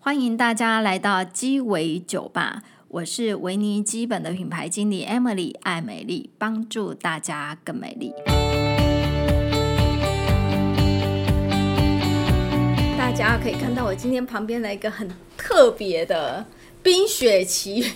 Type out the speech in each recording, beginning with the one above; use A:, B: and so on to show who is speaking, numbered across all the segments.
A: 欢迎大家来到鸡尾酒吧，我是维尼基本的品牌经理 Emily 艾美丽，帮助大家更美丽。
B: 大家可以看到我今天旁边的一个很特别的《冰雪奇缘》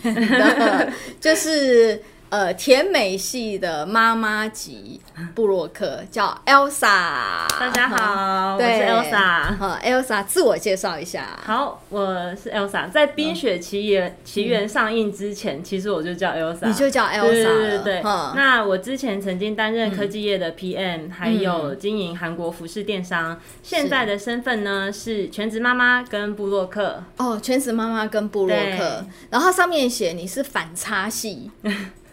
B: 的，就是呃甜美系的妈妈级布洛克，叫 Elsa。嗯
C: 大家好，我是
B: 对
C: Elsa。啊
B: 呃，Elsa 自我介绍一下。
C: 好，我是 Elsa。在《冰雪奇缘》奇缘上映之前，其实我就叫 Elsa，
B: 嗯你就叫 Elsa
C: 对对
B: 了
C: 对对。
B: 嗯
C: 那我之前曾经担任科技业的 PM，、还有
B: 嗯
C: 经营韩国服饰电商。现在的身份呢是全职妈妈跟布洛克。
B: 哦，全职妈妈跟布洛克
C: 对，
B: 然后上面写你是反差 系，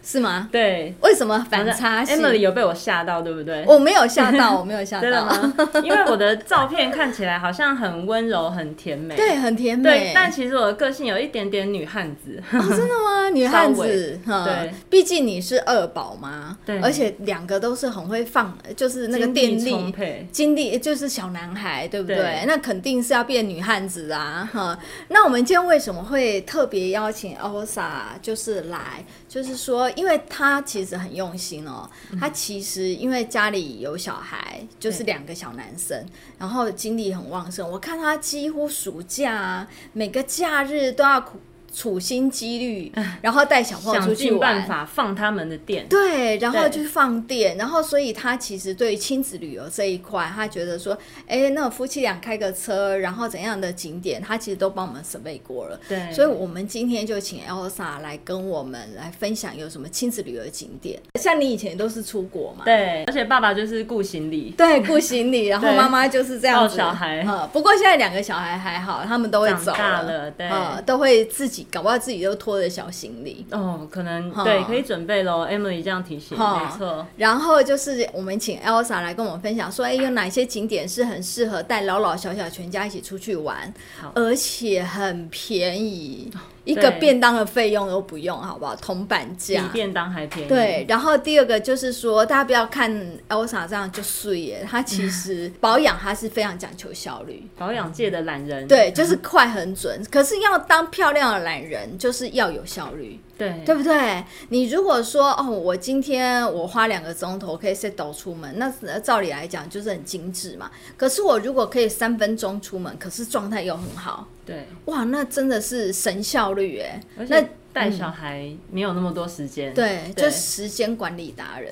B: 是吗？
C: 对，
B: 为什么反差哦系？
C: Emily 有被我吓到，对不对？
B: 我没有吓到，我没有吓
C: 真的
B: 到
C: 吗，？因为我的照片看起来好像很温柔、很甜美。
B: 对，很甜
C: 对
B: 美。
C: 但其实我的个性有一点点女汉子。
B: 哦真的吗？女汉
C: 稍
B: 子
C: 微，
B: 哈
C: 对，
B: 毕竟你是二宝妈，
C: 对
B: 而且两个都是很会放，就是 那个
C: 精力
B: 电
C: 充
B: 力
C: 沛。
B: 精力就是小男孩，对不对？
C: 对
B: 那肯定是要变女汉子啊，哈。那我们今天为什么会特别邀请 Elsa 就是来，就是说，因为她其实很用心哦，她其实因为家里有小孩，就是
C: 嗯对
B: 两个小男生，然后精力很旺盛。我看她几乎暑假、啊、每个假日都要苦处心积虑，然后带小朋友
C: 想
B: 出去
C: 尽办
B: 玩。
C: 法放他们的电。
B: 对，然后
C: 对
B: 就去放电，然后所以他其实对于亲子旅游这一块，他觉得说，哎，那夫妻俩开个车，然后怎样的景点，他其实都帮我们准备过了。
C: 对
B: 所以我们今天就请 Elsa 来跟我们来分享有什么亲子旅游景点。像你以前都是出国嘛？
C: 对，而且爸爸就是顾行李，
B: 对，顾行李，然后
C: 对
B: 妈妈就是这样子。
C: 抱小孩
B: 呃，不过现在两个小孩还好，他们都会
C: 长
B: 走
C: 大了对
B: 呃，都会自己，搞不好自己都拖着小行李。
C: 哦，可能
B: 哦
C: 对，可以准备喽。Emily 这样提醒，
B: 哦
C: 没错。
B: 然后就是我们请 Elsa 来跟我们分享说，哎，有哪些景点是很适合带老老小小全家一起出去玩
C: 好，
B: 而且很便宜，一个便当的费用都不用，好不好？铜板
C: 比
B: 价。
C: 便当还便宜。
B: 对，，然后第二个就是说，大家不要看 Elsa 这样就碎耶，她其实保养她是非常讲求效率，
C: 保养界的懒人。
B: 对，就是快很准。可是要当漂亮的懒人，就是要有效率。
C: 对
B: 对不对？你如果说哦，我今天我花两个钟头可以 set 到出门，那是照理来讲就是很精致嘛。可是我如果可以三分钟出门，可是状态又很好，
C: 对，
B: 哇，那真的是神效率哎。
C: 而
B: 那
C: 且带小孩没有那么多时间。
B: 对，就时间管理达人。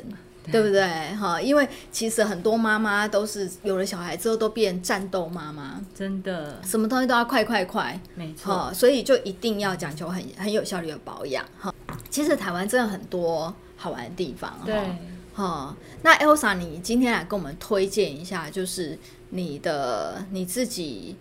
B: 对不对？哈，因为其实很多妈妈都是有了小孩之后都变战斗妈妈，
C: 真的
B: 什么东西都要快快快。
C: 没错。
B: 哦，所以就一定要讲求很很有效率的保养哈、其实台湾真的很多好玩的地方哈。
C: 对，
B: 哈、那 Elsa，你今天来跟我们推荐一下，就是你的你自己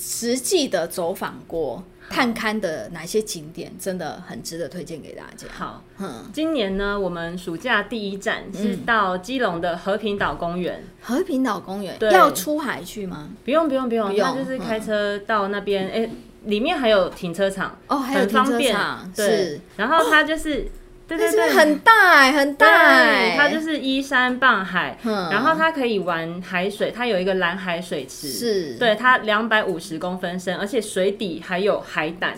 B: 实际的走访过、探勘的哪些景点，真的很值得推荐给大家。
C: 好。
B: 嗯，
C: 今年呢，我们暑假第一站是到基隆的和平岛公园。
B: 和平岛公园
C: 对
B: 要出海去吗？
C: 不用不用不用，
B: 不用嗯
C: 它就是开车到那边，哎、里面还有停车场，
B: 哦还有
C: 很方
B: 停
C: 便
B: 车场是
C: 对，然后它就是，对对
B: 但
C: 对，
B: 是很大哎、很大哎、
C: 对，它就是依山傍海，
B: 嗯
C: 然后它可以玩海水，它有一个蓝海水池，
B: 是
C: 对，它两百五十公分深，而且水底还有海胆，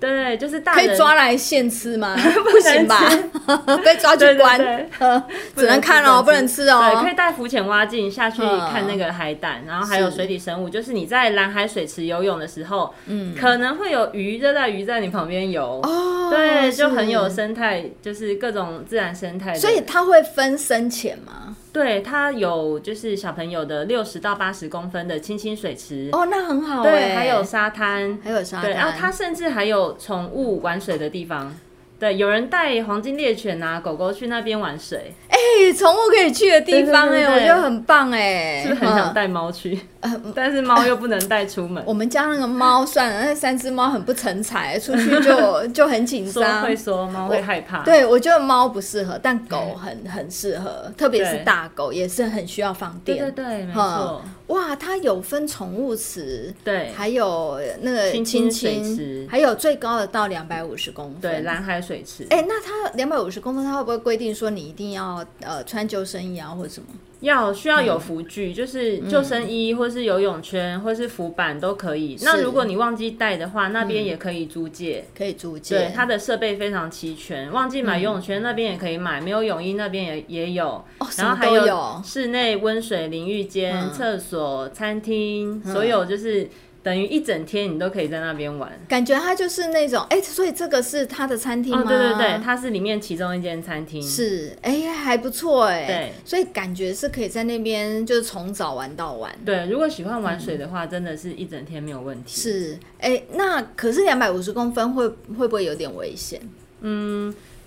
C: 对，就是大
B: 可
C: 人
B: 以抓来现吃 吗？不行吧， 被抓去
C: 对对
B: 关，
C: 对
B: 呃 只能看哦，不能吃
C: 对，
B: 哦
C: 可。以带浮潜蛙镜下去
B: 嗯
C: 看那个海胆，然后还有
B: 是
C: 水底生物，就是你在蓝海水池游泳的时候，嗯，可能会有鱼，热带鱼在你旁边游，
B: 哦
C: 对，就很有
B: 是
C: 生态，就是各种自然生态的。
B: 所以它会分深浅吗？
C: 对它有就是小朋友的六十到八十公分的清清水池，
B: 哦，那很好
C: 对，
B: 哎。
C: 还有沙滩，
B: 还有沙
C: 对，然后
B: 滩，
C: 它甚至还有宠物玩水的地方。对，有人带黄金猎犬啊、狗狗去那边玩水，
B: 哎，宠物可以去的地方哎，
C: 对对对对
B: 我觉得很棒哎。
C: 是不是很想
B: 嗯？
C: 带猫去？ 但是猫又不能带出门，
B: 我们家那个猫算了，那三只猫很不成才，出去就 就很紧
C: 说
B: 张
C: 会。说猫会害怕。
B: 对，我觉得猫不适合，但狗很很适合，特别是
C: 对
B: 大狗也是很需要放
C: 对
B: 电。
C: 对对，没
B: 哈
C: 错，
B: 哇，啊它有分宠物池，
C: 对
B: 还有那个
C: 亲
B: 亲
C: 亲水池
B: 还有最高的到两百五十公分。
C: 对，蓝海水池。
B: 哎、那它两百五十公分，它会不会规定说你一定要呃穿救生衣啊或者什么？
C: 要需要有浮
B: 嗯
C: 具，就是救生衣或是游泳圈或是浮板都可以。那如果你忘记带的话，那边
B: 嗯
C: 也可以租借。
B: 可以租借。
C: 对，它的设备非常齐全。忘记
B: 嗯
C: 买游泳圈那边也可以买，没有泳衣那边也也有。然后还
B: 哦什么都有嗯
C: 室内温水淋浴间、厕所、餐厅，所有就是等于一整天你都可以在那边玩。
B: 感觉它就是那种，哎、所以这个是他的餐厅吗、
C: 哦，对对对，它是里面其中一间餐厅。
B: 是，哎、还不错哎、
C: 对
B: 所以感觉是可以在那边就是从早玩到晚。
C: 对，如果喜欢玩水的话，真的是一整天没有问题。
B: 是，哎、那可是两百五十公分会会不会有点危险？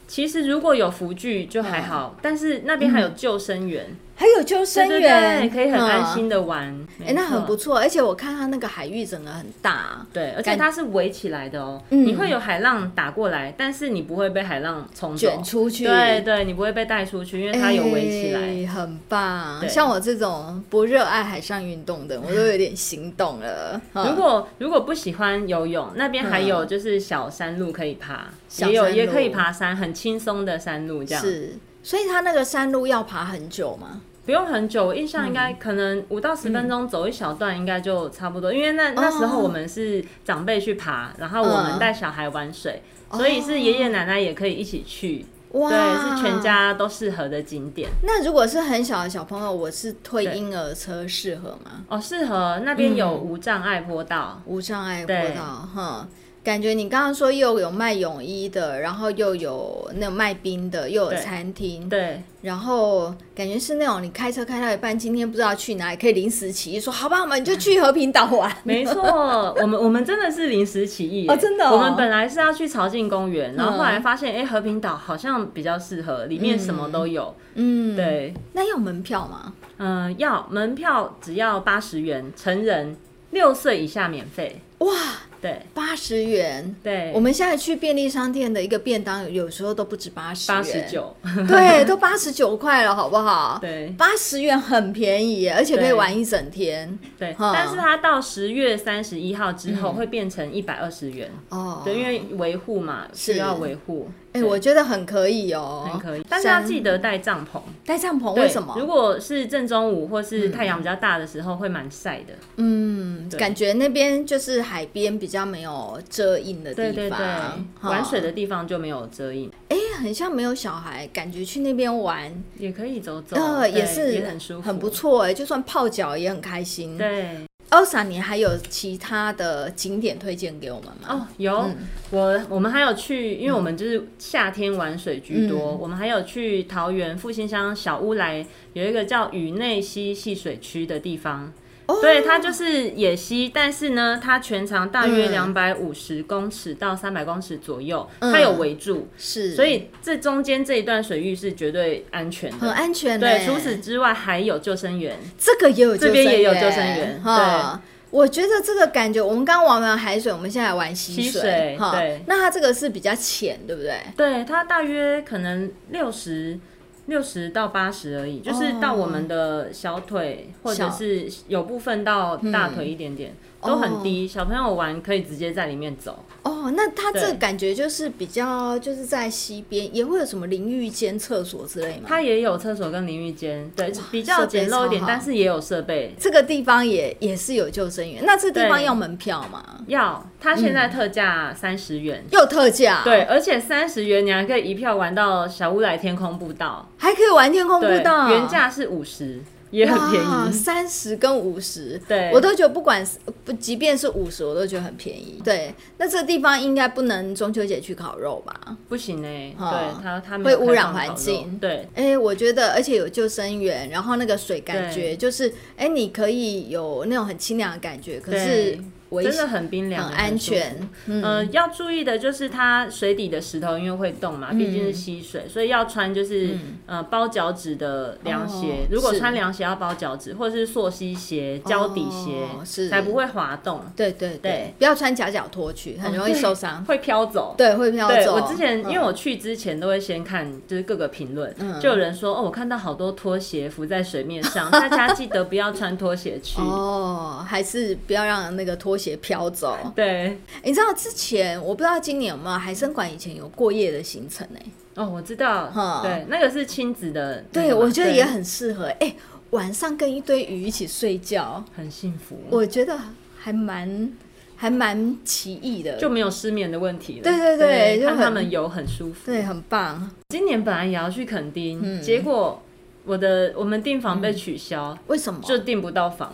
C: 其实如果有浮具就还好，但是那边还有救生员，
B: 还有救嗯生
C: 对对
B: 员，
C: 对可以很安
B: 嗯
C: 心的玩。
B: 哎、
C: 没
B: 那很
C: 错
B: 不错，而且我看它那个海域整个很大，
C: 对，而且
B: 感
C: 它是围起来的哦，
B: 嗯
C: 你会有海浪打过来，但是你不会被海浪冲走
B: 卷出去
C: 对对，你不会被带出去，因为它有围起来。
B: 哎很棒。
C: 对
B: 像我这种不热爱海上运动 的，我都有点心动了。嗯
C: 如果如果不喜欢游泳，那边还有就是小山路可以爬，
B: 小
C: 也有
B: 山
C: 也可以
B: 路
C: 爬山，很轻松的山路这样。
B: 是，所以它那个山路要爬很久吗？
C: 不用很久，我印象应该可能五到十分钟走一小段应该就差不多，因为那那时
B: 嗯
C: 候我们是长辈去爬，然后我们带小孩玩水，所以是爷爷奶奶也可以一起去，
B: 哦哇
C: 对，是全。家都适合的景点
B: 那如果是很小的小朋友，我是推
C: 对
B: 婴儿车适合吗？
C: 哦，适合那边有无障碍坡道，
B: 无障碍
C: 对
B: 坡道，哼。感觉你刚刚说又有卖泳衣的，然后又有那种卖冰的，又有
C: 对
B: 餐厅，
C: 对
B: 然后感觉是那种你开车开到一半，今天不知道去哪里，可以临时起意说，好吧，我们就去和平岛 玩。
C: 没错， 我们我们真的是临时起意耶
B: 哦真的哦
C: 我们本来是要去朝境公园，然后后来
B: 嗯
C: 发现，哎、和平岛好像比较适合，里面什么都有，
B: 嗯，。
C: 对，
B: 那要门票吗？
C: 嗯、要门票只要八十元，成人六岁以下免费。
B: 哇，
C: 对
B: 八十元。
C: 对，
B: 我们现在去便利商店的一个便当，有时候都不止八十
C: 八
B: 元，
C: 十，九，
B: 对，都八十九块了，好不好？
C: 对
B: 八十元很便宜耶，而且可以
C: 对
B: 玩一整天。
C: 对，
B: 嗯
C: 但是它到十月三十一号之后会变成一百二十元。
B: 哦，
C: 对，因为维护嘛，需要维护。
B: 哎、
C: 对
B: 我觉得很可以哦，
C: 很可以，但是要记得带帐篷。
B: 带帐篷，
C: 对
B: 为什么？
C: 如果是正中午或是太阳比较大的时候，会蛮晒的。
B: 嗯，
C: 对
B: 感觉那边就是海边比较没有遮阴的地
C: 对
B: 方，
C: 对对，
B: 哈
C: 玩水的地方就没有遮影，
B: 哎、很像没有小孩，感觉去那边玩，
C: 也可以走走，
B: 呃，
C: 对
B: 也是
C: 也很舒服，
B: 很不。错哎，就算泡脚也很开心。
C: 对，
B: 奥萨，你还有其他的景点推荐给我们吗？
C: 哦，有、
B: 嗯
C: 我我们还有去，因为我们就是夏天玩水居多，
B: 嗯
C: 我们还有去桃园复兴乡小乌来有一个叫宇内溪戏水区的地方。
B: 哦
C: 对，它就是野溪，但是呢，它全长大约
B: 嗯
C: 两百五十公尺到三百公尺左右，它有围住，
B: 是，
C: 所以这中间这一段水域是绝对安全
B: 很
C: 的。
B: 安全呢。欸
C: 对，除此之外还有救生员，
B: 这个也有救生员，
C: 这边也有救生员
B: 哈。我觉得这个感觉，我们刚玩完海水，我们现在来玩溪
C: 溪水对
B: 那它这个是比较浅，对不对？
C: 对，它大约可能六十六十到八十而已，就是到我们的小腿或者
B: 哦小嗯
C: 是有部分到大腿一点点，都很低。小朋友玩可以直接在里面走。
B: 哦，那它这
C: 对
B: 个感觉就是比较就是在西边，也会有什么淋浴间、厕所之类吗？
C: 它也有厕所跟淋浴间，对，比
B: 设
C: 较
B: 备
C: 简陋一点
B: 超，好
C: 但是也有设备。
B: 这个地方也也是有救生员，那这地方
C: 对
B: 要门票吗？
C: 要，它现在特价三十元。
B: 又特价，
C: 对，，而且三十元你还可以一票玩到小乌来天空步道，
B: 还可以玩天空步
C: 对，
B: 道，啊
C: 原价是五十，也很便宜。
B: 三十跟五十，
C: 对
B: 我都觉得不管是不，即便是五十，我都觉得很便宜。对，那这地方应该不能中秋节去烤肉吧？
C: 不行哎、
B: 哦
C: 对它它没
B: 会
C: 有
B: 污
C: 开
B: 染
C: 放
B: 环
C: 烤肉
B: 境
C: 对，
B: 哎、我觉得，而且有救生员，然后那个水感
C: 对
B: 觉就是，哎、你可以有那种很清凉的感觉，可
C: 对
B: 是危
C: 真的
B: 险、
C: 很冰
B: 很
C: 凉，
B: 安全。
C: 嗯、呃，要注意的就是它水底的石头因为会动
B: 嗯
C: 嘛，毕竟是溪水，所以要穿就是、呃包脚趾的凉鞋。
B: 哦
C: 如果
B: 是
C: 穿凉鞋要包脚趾，或者是溯溪鞋、胶底鞋，
B: 哦是
C: 才不会滑动，
B: 对对对，
C: 对
B: 不要穿夹脚拖去，很容易受伤。
C: 会飘走。
B: 对，会飘
C: 对
B: 走。
C: 我之前，因为
B: 嗯
C: 我去之前都会先看，就是各个评论，就有人说哦，我看到好多拖鞋浮在水面上， 大家记得不要穿拖鞋去。
B: 哦，还是不要让那个拖鞋飘走。
C: 对，
B: 哎你知道之前我不知道今年有没有海参馆以前有过夜的行程呢、欸
C: 哦，我知道
B: 哈，
C: 对，那个是亲子的那个
B: 对，
C: 嘛，
B: 我觉得也
C: 对
B: 很适合。哎、晚上跟一堆鱼一起睡觉，
C: 很幸福，
B: 我觉得还蛮还蛮奇异的，
C: 就没有失眠的问题了。
B: 对对对
C: 对，
B: 就
C: 看他
B: 很
C: 们游很舒服。
B: 对，很嗯棒。
C: 今年本来也要去垦丁，结果我的我们订房被取消，
B: 为什么？
C: 就订不到房。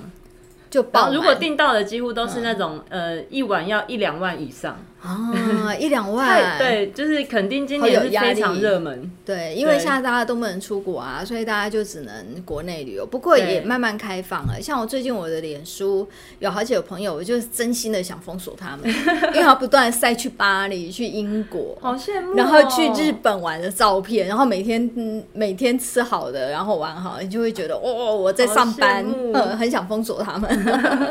B: 就
C: 然
B: 嗯爆
C: 后如果
B: 满嗯
C: 订到的，几乎都是那种、呃一晚要一两万以上。
B: 啊一两万，
C: 太对，就是垦丁今
B: 好有
C: 年是
B: 压
C: 非
B: 力
C: 常热门。
B: 对，因为
C: 对
B: 现在大家都不能出国啊，所以大家就只能国内旅游。不过也
C: 对
B: 慢慢开放了，像我最近我的脸书有好几个朋友，我就是真心的想封锁他 们，因为他不断晒去巴黎、去英国。
C: 好羡慕、哦
B: 然后去日，本玩的照片，然后每天嗯每天吃好的，然后玩好的，你就会觉得哦，我在
C: 好
B: 上
C: 羡
B: 班，
C: 慕
B: 呃，很想封锁他们。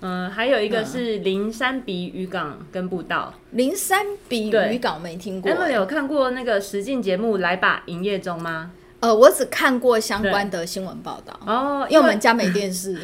C: 嗯、还有一个是灵山鼻渔港跟步道。
B: 零三比
C: 对
B: 渔港没听过欸
C: e，m 有看过那个实境节目《来吧营业中》吗？
B: 呃，我只看过相关的新闻报道，
C: 哦，
B: 因为我们家没电视，因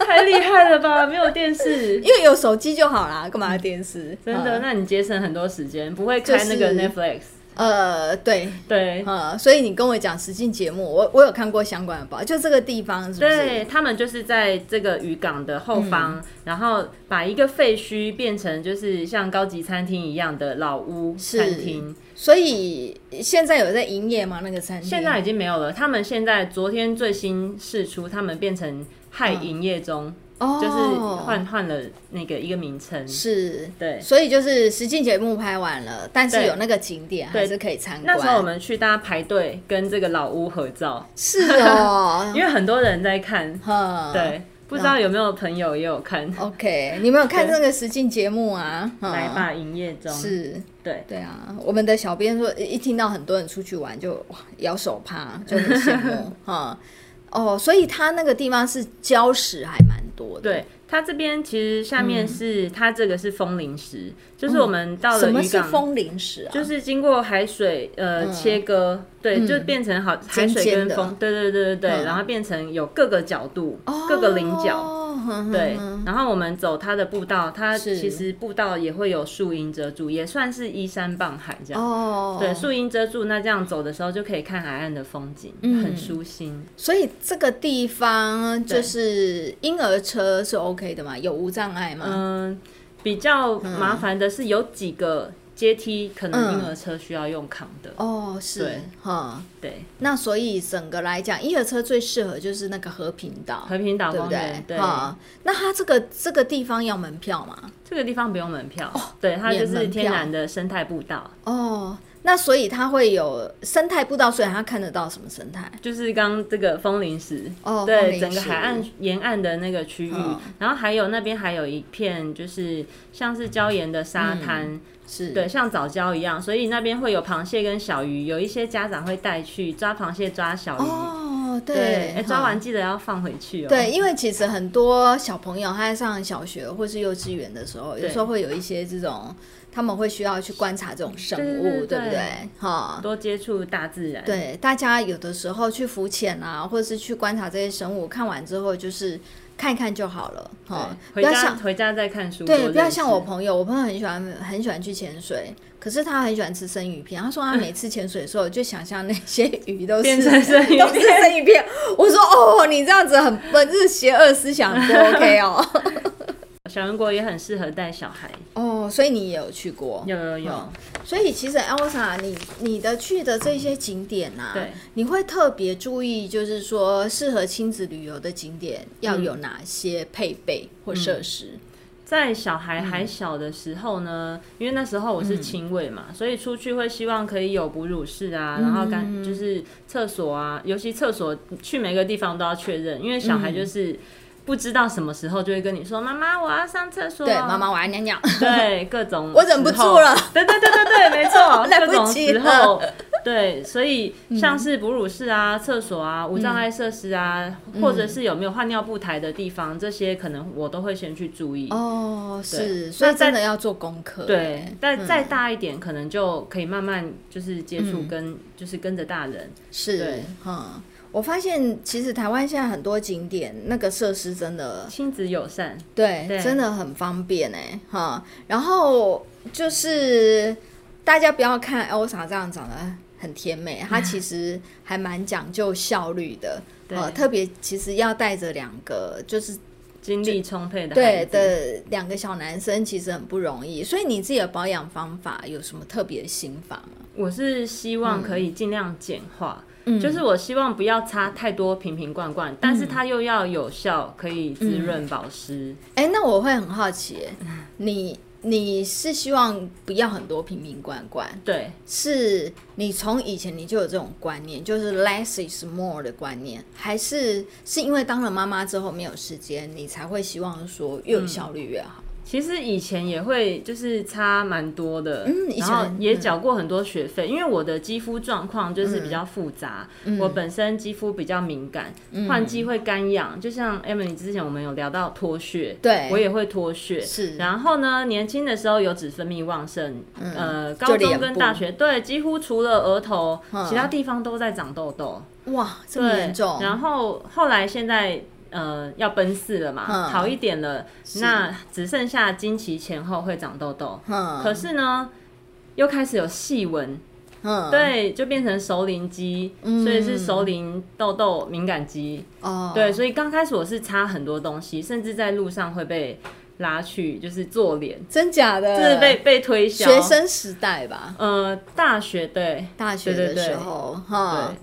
C: 太厉害了吧，没有电视。
B: 为有手机就好啦，干嘛电视？
C: 真的，
B: 嗯
C: 那你节省很多时间，不会开那个
B: 就是
C: Netflix。
B: 呃，对，
C: 对
B: 呃，所以你跟我讲实境节目，我我有看过相关的报道，就这个地方是不
C: 对，
B: 是？嗯
C: 他们就是在这个渔港的后方，然后把一个废墟变成就是像高级餐厅一样的老屋
B: 是
C: 餐厅。
B: 所以现在有在营业吗？那个餐厅
C: 现在已经没有了。他们现在昨天最新释出，他们变成嗨营业中，
B: 哦，
C: 就是换换了那个一个名称。
B: 是。
C: 对，
B: 所以就是实境节目拍完了，但是
C: 对
B: 有那个景点还
C: 对
B: 是可以参观。
C: 那时候我们去，大家排队跟这个老屋合照，
B: 是 哦，
C: 因为很多人在看。
B: 嗯，哦
C: 对，不知道有没有朋友也有看《
B: ，OK，你们有看那个实境节目啊？嗯
C: 来吧营业中》？
B: 是，
C: 对
B: 对啊，我们的小编说，一一听到很多人出去玩就哇摇手帕，就很羡 慕哈、哦，所以他那个地方是礁石还蛮多的。
C: 对，它这边其实下面
B: 嗯
C: 是、它这个是风铃石，就是我们到了
B: 哦什么
C: 渔
B: 是
C: 港。
B: 风铃石啊？
C: 就是经过海水呃、切割，对，就变成好海水
B: 嗯尖
C: 跟
B: 的
C: 风，对对对对对，
B: 嗯
C: 然后变成有各个角度、各个棱角，
B: 哦，哼哼
C: 对
B: 哼。
C: 然后我们走它的步道，它
B: 是
C: 其实步道也会有树荫遮住，也算是依山傍海这样。
B: 哦，
C: 对，树荫遮住，那这样走的时候就可以看海岸的风景，
B: 嗯
C: 很舒心。
B: 所以这个地方就是婴儿车是 OK 的嘛，有无障碍吗？
C: 嗯，比较麻烦的是有几个阶梯，可能婴儿车需要用扛的。
B: 嗯哦，是
C: 对
B: 哈。
C: 对，
B: 那所以整个来讲，婴儿车最适合就是那个和平岛，
C: 和平岛
B: 对不
C: 公园，
B: 啊对？哈，那它这个这个地方要门票吗？
C: 这个地方不用门票，对，它
B: 哦
C: 就
B: 免
C: 是
B: 门
C: 天
B: 票
C: 然的生态步道，
B: 哦，那所以它会有生态步道，所以它看得到什么生态？
C: 就是刚这个风林石。
B: 哦，风
C: 对
B: 铃
C: 整个
B: 石
C: 海岸沿岸的那个区域，
B: 嗯
C: 然后还有那边还有一片就是像是礁岩的沙滩，
B: 嗯是
C: 对，像早教一样，所以那边会有螃蟹跟小鱼，有一些家长会带去抓螃蟹、抓小鱼。
B: 哦，
C: 对，
B: 对，
C: 哎，抓
B: 哈
C: 完记得要放回去哦。
B: 对，因为其实很多小朋友他在上小学或是幼稚园的时候，有时候会有一些这种，他们会需要去观察这种生物，
C: 对对对
B: 不对
C: 对？
B: 哈，
C: 多接触大自然。，
B: 对，大家有的时候去浮潜啊，或是去观察这些生物，看完之后就是看一看就好了，哈，不
C: 回
B: 要
C: 家
B: 像
C: 回家再看书。
B: 对，
C: 多
B: 不要
C: 认
B: 像
C: 识
B: 我。朋友，我朋友很喜欢很喜欢去潜水，可是他很喜欢吃生鱼片。他说他每次潜水的时候，就想象那些鱼都是
C: 嗯变成生鱼片
B: 都是生鱼片。我说哦，你这样子很笨，这是邪恶思想 不 OK 哦。
C: 小人国也很适合带小孩。
B: 哦，所以你也有去过，
C: 有有有，
B: 嗯所以其实 Elsa，你你的去的这些景点啊，
C: 对，
B: 你会特别注意，就是说适合亲子旅游的景点要
C: 嗯
B: 有哪些配备或设施？
C: 在小孩还
B: 嗯
C: 小的时候呢，因为那时候我是亲喂嘛，所以出去会希望可以有哺乳室啊，然后
B: 嗯
C: 干就是厕所啊，尤其厕所去每个地方都要确认，因为小孩
B: 嗯
C: 就是。不知道什么时候就会跟你说：“妈妈，我要上厕所。”
B: 对，妈妈，我要尿 尿。
C: 对各种时候，
B: 我忍不住了
C: 对对对对对，没错，
B: 来
C: 各
B: 不
C: 种
B: 及
C: 时
B: 了嗯
C: 候，对，所以像是哺乳室啊、厕所啊、无障碍设施啊，或
B: 嗯
C: 者是有没有换尿布台的地方，这些可能我都会先去注意。
B: 哦，是，
C: 对
B: 所以
C: 那在
B: 真的要做功课。欸嗯
C: 对，但再大一点，可能就可以慢慢就是接触跟、就是跟着大人。
B: 是
C: 对，
B: 嗯，我发现其实台湾现在很多景点那个设施真的，
C: 亲子友善，
B: 对，
C: 对
B: 真的很方便哎，哈、然后就是大家不要看 Elsa 哦这样长得很甜美，它 其实还蛮讲究效率的，呃，
C: 对
B: 特别其实要带着两个就是
C: 精力充沛的孩
B: 对
C: 子
B: 的两个小男生，其实很不容易。所以你自己的保养方法有什么特别的心法吗？
C: 我是希望
B: 嗯
C: 可以尽量简化，就是我希望不要擦太多瓶瓶罐罐，但是
B: 嗯
C: 它又要有效，可以滋润保湿。
B: 哎、那我会很好奇耶，你你是希望不要很多瓶瓶罐罐？
C: 对，
B: 是你从以前你就有这种观念，就是 less is more 的观念，还是是因为当了妈妈之后没有时间，你才会希望说越有
C: 嗯
B: 效率越好？
C: 其实以前也会就是擦蛮多的，
B: 嗯以前
C: 然后也缴过很多学费，因为我的肌肤状况就是比较复杂，
B: 嗯
C: 我本身肌肤比较敏感，换季会干痒，就像 Emily 之前我们有聊到脱屑，
B: 对
C: 我也会脱屑，
B: 是嗯
C: 然后呢，年轻的时候油脂分泌旺盛，呃，
B: 就
C: 高
B: 脸
C: 中跟
B: 部嗯
C: 大学对，几乎除了额头，其他地方都在长痘痘。
B: 哇，这么
C: 对
B: 严重！
C: 然后后来现在呃要奔四了嘛，
B: 嗯
C: 好一点了，那只剩下经期前后会长痘痘。
B: 嗯
C: 可是呢，又开始有细纹，
B: 嗯，
C: 对，就变成熟龄肌，所以是熟龄痘痘敏感肌。
B: 哦，
C: 对，所以刚开始我是擦很多东西，甚至在路上会被拉去就是做脸，
B: 真假的，
C: 就是被被推销。
B: 学生时代吧，
C: 呃，大学对
B: 大学
C: 对
B: 的
C: 对对
B: 时候哈，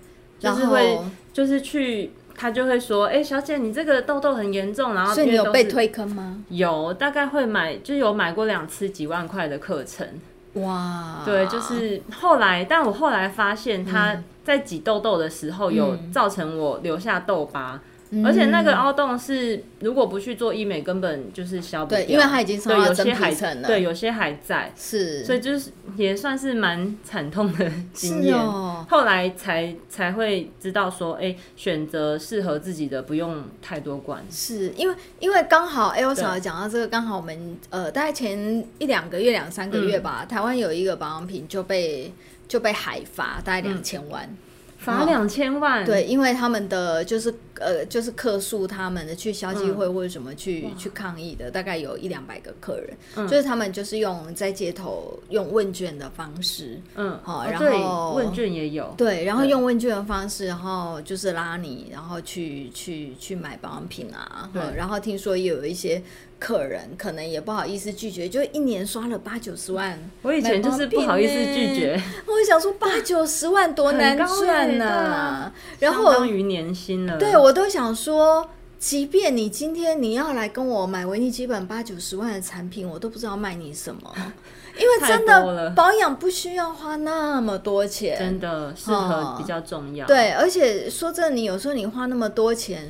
C: 对，就是
B: 然
C: 会
B: 后
C: 就是去，他就会说，哎、小姐，你这个痘痘很严重，然后
B: 所以你
C: 因为
B: 有
C: 都
B: 被
C: 是
B: 推坑吗？
C: 有大概会买，就有买过两次几万块的课程，
B: 哇，嗯
C: 对，就是后来，但我后来发现他在挤痘痘的时候有造成我留下痘疤。
B: 嗯
C: 而且那个凹洞是，如果不去做医美，根本就是消不掉。
B: 对因为它已经上
C: 对
B: 到
C: 有
B: 真
C: 些
B: 皮
C: 还
B: 层了
C: 对，有些还在。
B: 是，
C: 所以就是也算是蛮惨痛的经验。
B: 哦
C: 后来才才会知道说，哎、选择适合自己的，不用太多管。
B: 是因为因为刚好 Elsa
C: 对
B: 有讲到这个，刚好我们呃大概前一两个月、两三个月吧，台湾有一个保养品就被就被海罚大概两千万。
C: 罚两千万，
B: 哦对，因为他们的就是呃，就是客诉他们的去消基会或者什么去、去抗议的，大概有一两百个客人，就是他们就是用在街头用问卷的方式，
C: 嗯，
B: 好
C: 哦
B: 然
C: 对
B: 后
C: 问卷也有，
B: 对，然后
C: 对
B: 用问卷的方式，然后就是拉你，然后去去去买保养品啊。
C: 对
B: 哈然后听说也有一些客人可能也不好意思拒绝，就一年刷了八九十万。
C: 我以前就是不好意思拒绝，
B: 我想说八九十万多
C: 很
B: 难
C: 高
B: 赚
C: 欸
B: 呐、
C: 对啊
B: 然后
C: 相当于年薪了。
B: 对，我都想说，即便你今天你要来跟我买维尼基本八九十万的产品，我都不知道卖你什么，因为
C: 太
B: 真的
C: 多了
B: 保养不需要花那么多钱，
C: 真的适
B: 哦
C: 合比较重要。，
B: 对，而且说真的，你有时候你花那么多钱，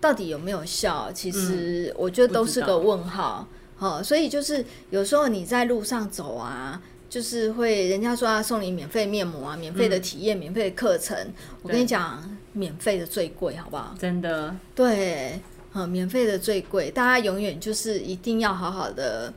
B: 到底有没有效？其
C: 嗯
B: 实我觉得都是个问号。哦，所以就是有时候你在路上走啊，就是会人家说啊送你免费面膜啊，免费的体验，免费的课程。我跟你
C: 嗯对
B: 讲，免费的最贵，好不好？
C: 真的
B: 对，呃，免费的最贵，大家永远就是一定要好好的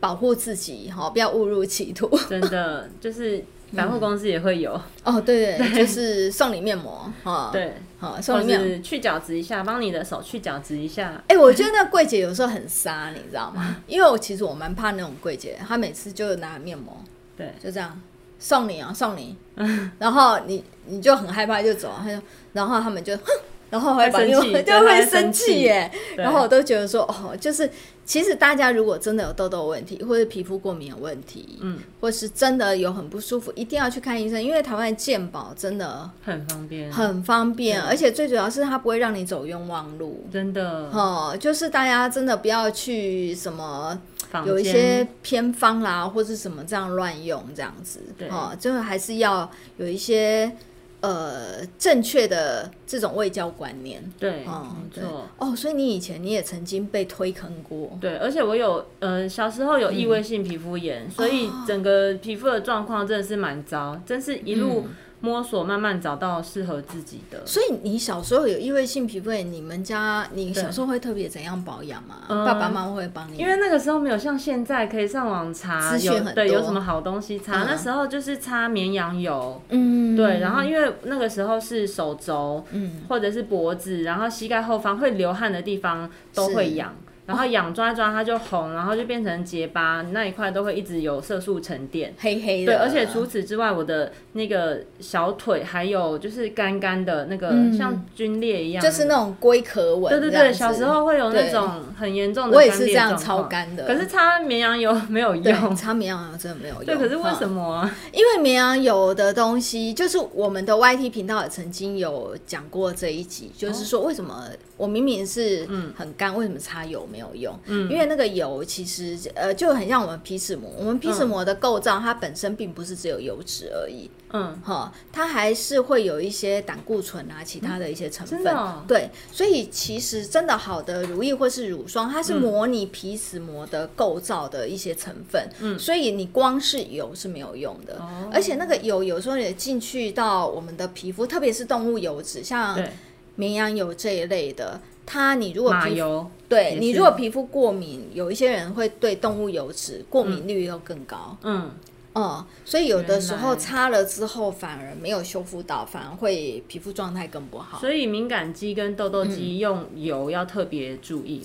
B: 保护自己，哈、不要误入歧途。
C: 真的就是
B: 嗯
C: 百货公司也会有，
B: 哦，对对，就是送你面膜，哈、哦，，
C: 对，
B: 好、送
C: 或
B: 你面膜。
C: 是去角质一下，帮你的手去角质一下。
B: 哎、我觉得那柜姐有时候很杀，你知道吗？
C: 嗯
B: 因为我其实我蛮怕那种柜姐，她每次就拿面膜，
C: 对，嗯
B: 就这样送你啊，送你， 然后你你就很害怕就走，啊她就，然后他们就哼，然后还把
C: 会
B: 面
C: 生
B: 膜就
C: 气对她
B: 会
C: 会
B: 生
C: 生
B: 气
C: 气
B: 耶，
C: 对
B: 然后我都觉得说，哦，就是其实大家如果真的有痘痘问题，或者皮肤过敏有问题，嗯，或是真的有很不舒服，一定要去看医生，因为台湾的健保真的
C: 很方便，
B: 很方便，而且最主要是它不会让你走冤枉路。
C: 真的。
B: 哦，就是大家真的不要去什么
C: 房
B: 有一
C: 间
B: 些偏方啦，或是什么这样乱用这样子，
C: 对
B: 哦，就是还是要有一些呃正确的这种卫教观念。
C: 对，
B: 哦，
C: 没
B: 对
C: 错。
B: 哦，所以你以前你也曾经被推坑过，
C: 对，而且我有，呃，小时候有
B: 嗯
C: 异位性皮肤炎，所以
B: 哦
C: 整个皮肤的状况真的是蛮糟，真是一路摸索，慢慢找到适合自己的。
B: 嗯所以你小时候有异位性皮肤炎，你们家你小时候会特别怎样保养吗？
C: 嗯
B: 爸爸妈妈会帮你？
C: 因为那个时候没有像现在可以上网查
B: 资讯
C: 有
B: 很
C: 对
B: 多
C: 有什么好东西擦，
B: 嗯
C: 那时候就是擦绵羊油，
B: 嗯，
C: 对，然后因为那个时候是手肘，
B: 嗯
C: 或者是脖子，然后膝盖后方会流汗的地方都会痒，然后痒抓一抓它就红，然后就变成结疤，那一块都会一直有色素沉淀。
B: 嗯黑黑的。
C: 对，而且除此之外，我的那个小腿还有就是干干的那个，像皲裂一样的，
B: 嗯就是那种龟壳纹。
C: 对对
B: 这样
C: 对，
B: 子
C: 小时候会有那种很严重的
B: 我也
C: 干
B: 是
C: 裂
B: 这样
C: 状
B: 超
C: 况
B: 干的
C: 可是擦绵羊油没有
B: 对
C: 用，
B: 擦绵羊油真的没有用。
C: 对，可是为什
B: 嗯？
C: 么啊？
B: 因为绵羊油的东西，就是我们的 YT 频道也曾经有讲过这一集，
C: 哦
B: 就是说为什么我明明是
C: 嗯
B: 很干，为什么擦油没有用？嗯，因为那个油其实呃就很像我们皮脂膜，我们皮脂膜的构造它本身并不是只有油脂而已，
C: 嗯，
B: 哈，它还是会有一些胆固醇啊，其他的一些成分。
C: 真的哦
B: 对，所以其实真的好的乳液或是乳霜，它
C: 嗯
B: 是模拟皮脂膜的构造的一些成分。嗯，所以你光是油是没有用的，
C: 哦
B: 而且那个油有时候也进去到我们的皮肤，特别是动物油脂，像
C: 对，
B: 绵羊油这一类的，它你如果
C: 马
B: 皮肤
C: 油，
B: 对
C: 也
B: 你
C: 是
B: 如果皮肤过敏，有一些人会对动物油脂过敏率又更高。
C: 嗯，
B: 嗯，所以有的时候
C: 原来
B: 擦了之后反而没有修复到，反而会皮肤状态更不好。
C: 所以敏感肌跟痘痘
B: 嗯
C: 肌用油要特别注意。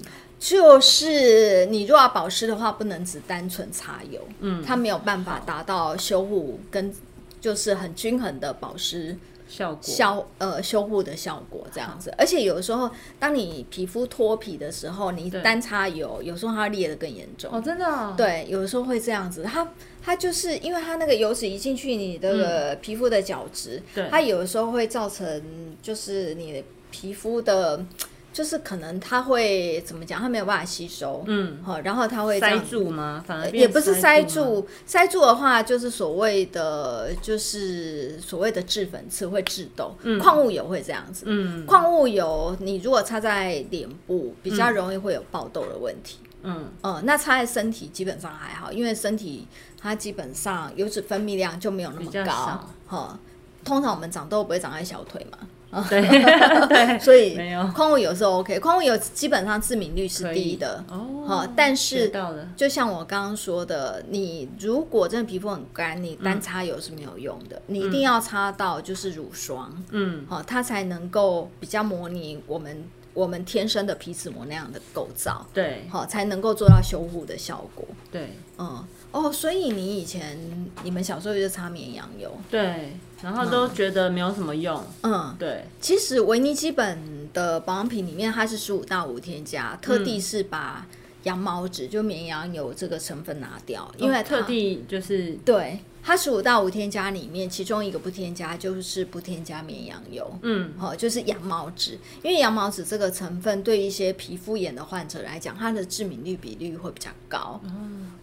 B: 就是你如果要保湿的话，不能只单纯擦油，嗯，它没有办法达到修护跟就是很均衡的保湿
C: 效果
B: 效呃修护的效果这样子。而且有时候当你皮肤脱皮的时候，你
C: 对
B: 单擦油，有时候它裂得更严重。
C: 哦，真的、哦，，
B: 对，有的时候会这样子，它它就是因为它那个油脂一进去你的皮肤的角质，
C: 嗯对
B: 它有的时候会造成就是你的皮肤的，就是可能它会怎么讲，它没有办法吸收，
C: 嗯，
B: 好，然后它会这
C: 塞
B: 样
C: 住吗？反而
B: 也不是塞
C: 住吗，
B: 住，塞住的话就是所谓的，就是所谓的致粉刺会致痘，矿物油会这样子。
C: 嗯
B: 矿物油你如果擦在脸部，比较容易会有爆痘的问题。
C: 嗯，
B: 呃，那擦在身体基本上还好，因为身体它基本上油脂分泌量就没有那
C: 比较
B: 么高
C: 少。
B: 哈，通常我们长痘不会长在小腿 嘛，
C: 对 对，
B: 所以
C: 没有
B: 矿物油是 OK，矿物油基本上致敏率是低的。
C: 哦
B: 哈，，但
C: 学
B: 是
C: 到了，
B: 就像我刚刚说的，你如果真的皮肤很干，
C: 嗯
B: 你单擦油是没有用的，你一定要擦到就是乳霜，
C: 嗯，
B: 好、它才能够比较模拟我们我们天生的皮脂膜那样的构造，
C: 对
B: 好、才能够做到修护的效果。
C: 对
B: 嗯，哦，所以你以前你们小时候就擦绵羊油，
C: 对，然后都觉得没有什么用，
B: 嗯，
C: 对，
B: 其实维尼基本的保养品里面它是十五到无添加，特
C: 嗯
B: 地是把羊毛脂就绵羊油这个成分拿掉，因为它
C: 哦特地就是
B: 对它十五到无添加里面，其中一个不添加就是不添加绵羊油。
C: 嗯
B: 哦，就是羊毛脂，因为羊毛脂这个成分对一些皮肤炎的患者来讲，它的致敏率比率会比较高。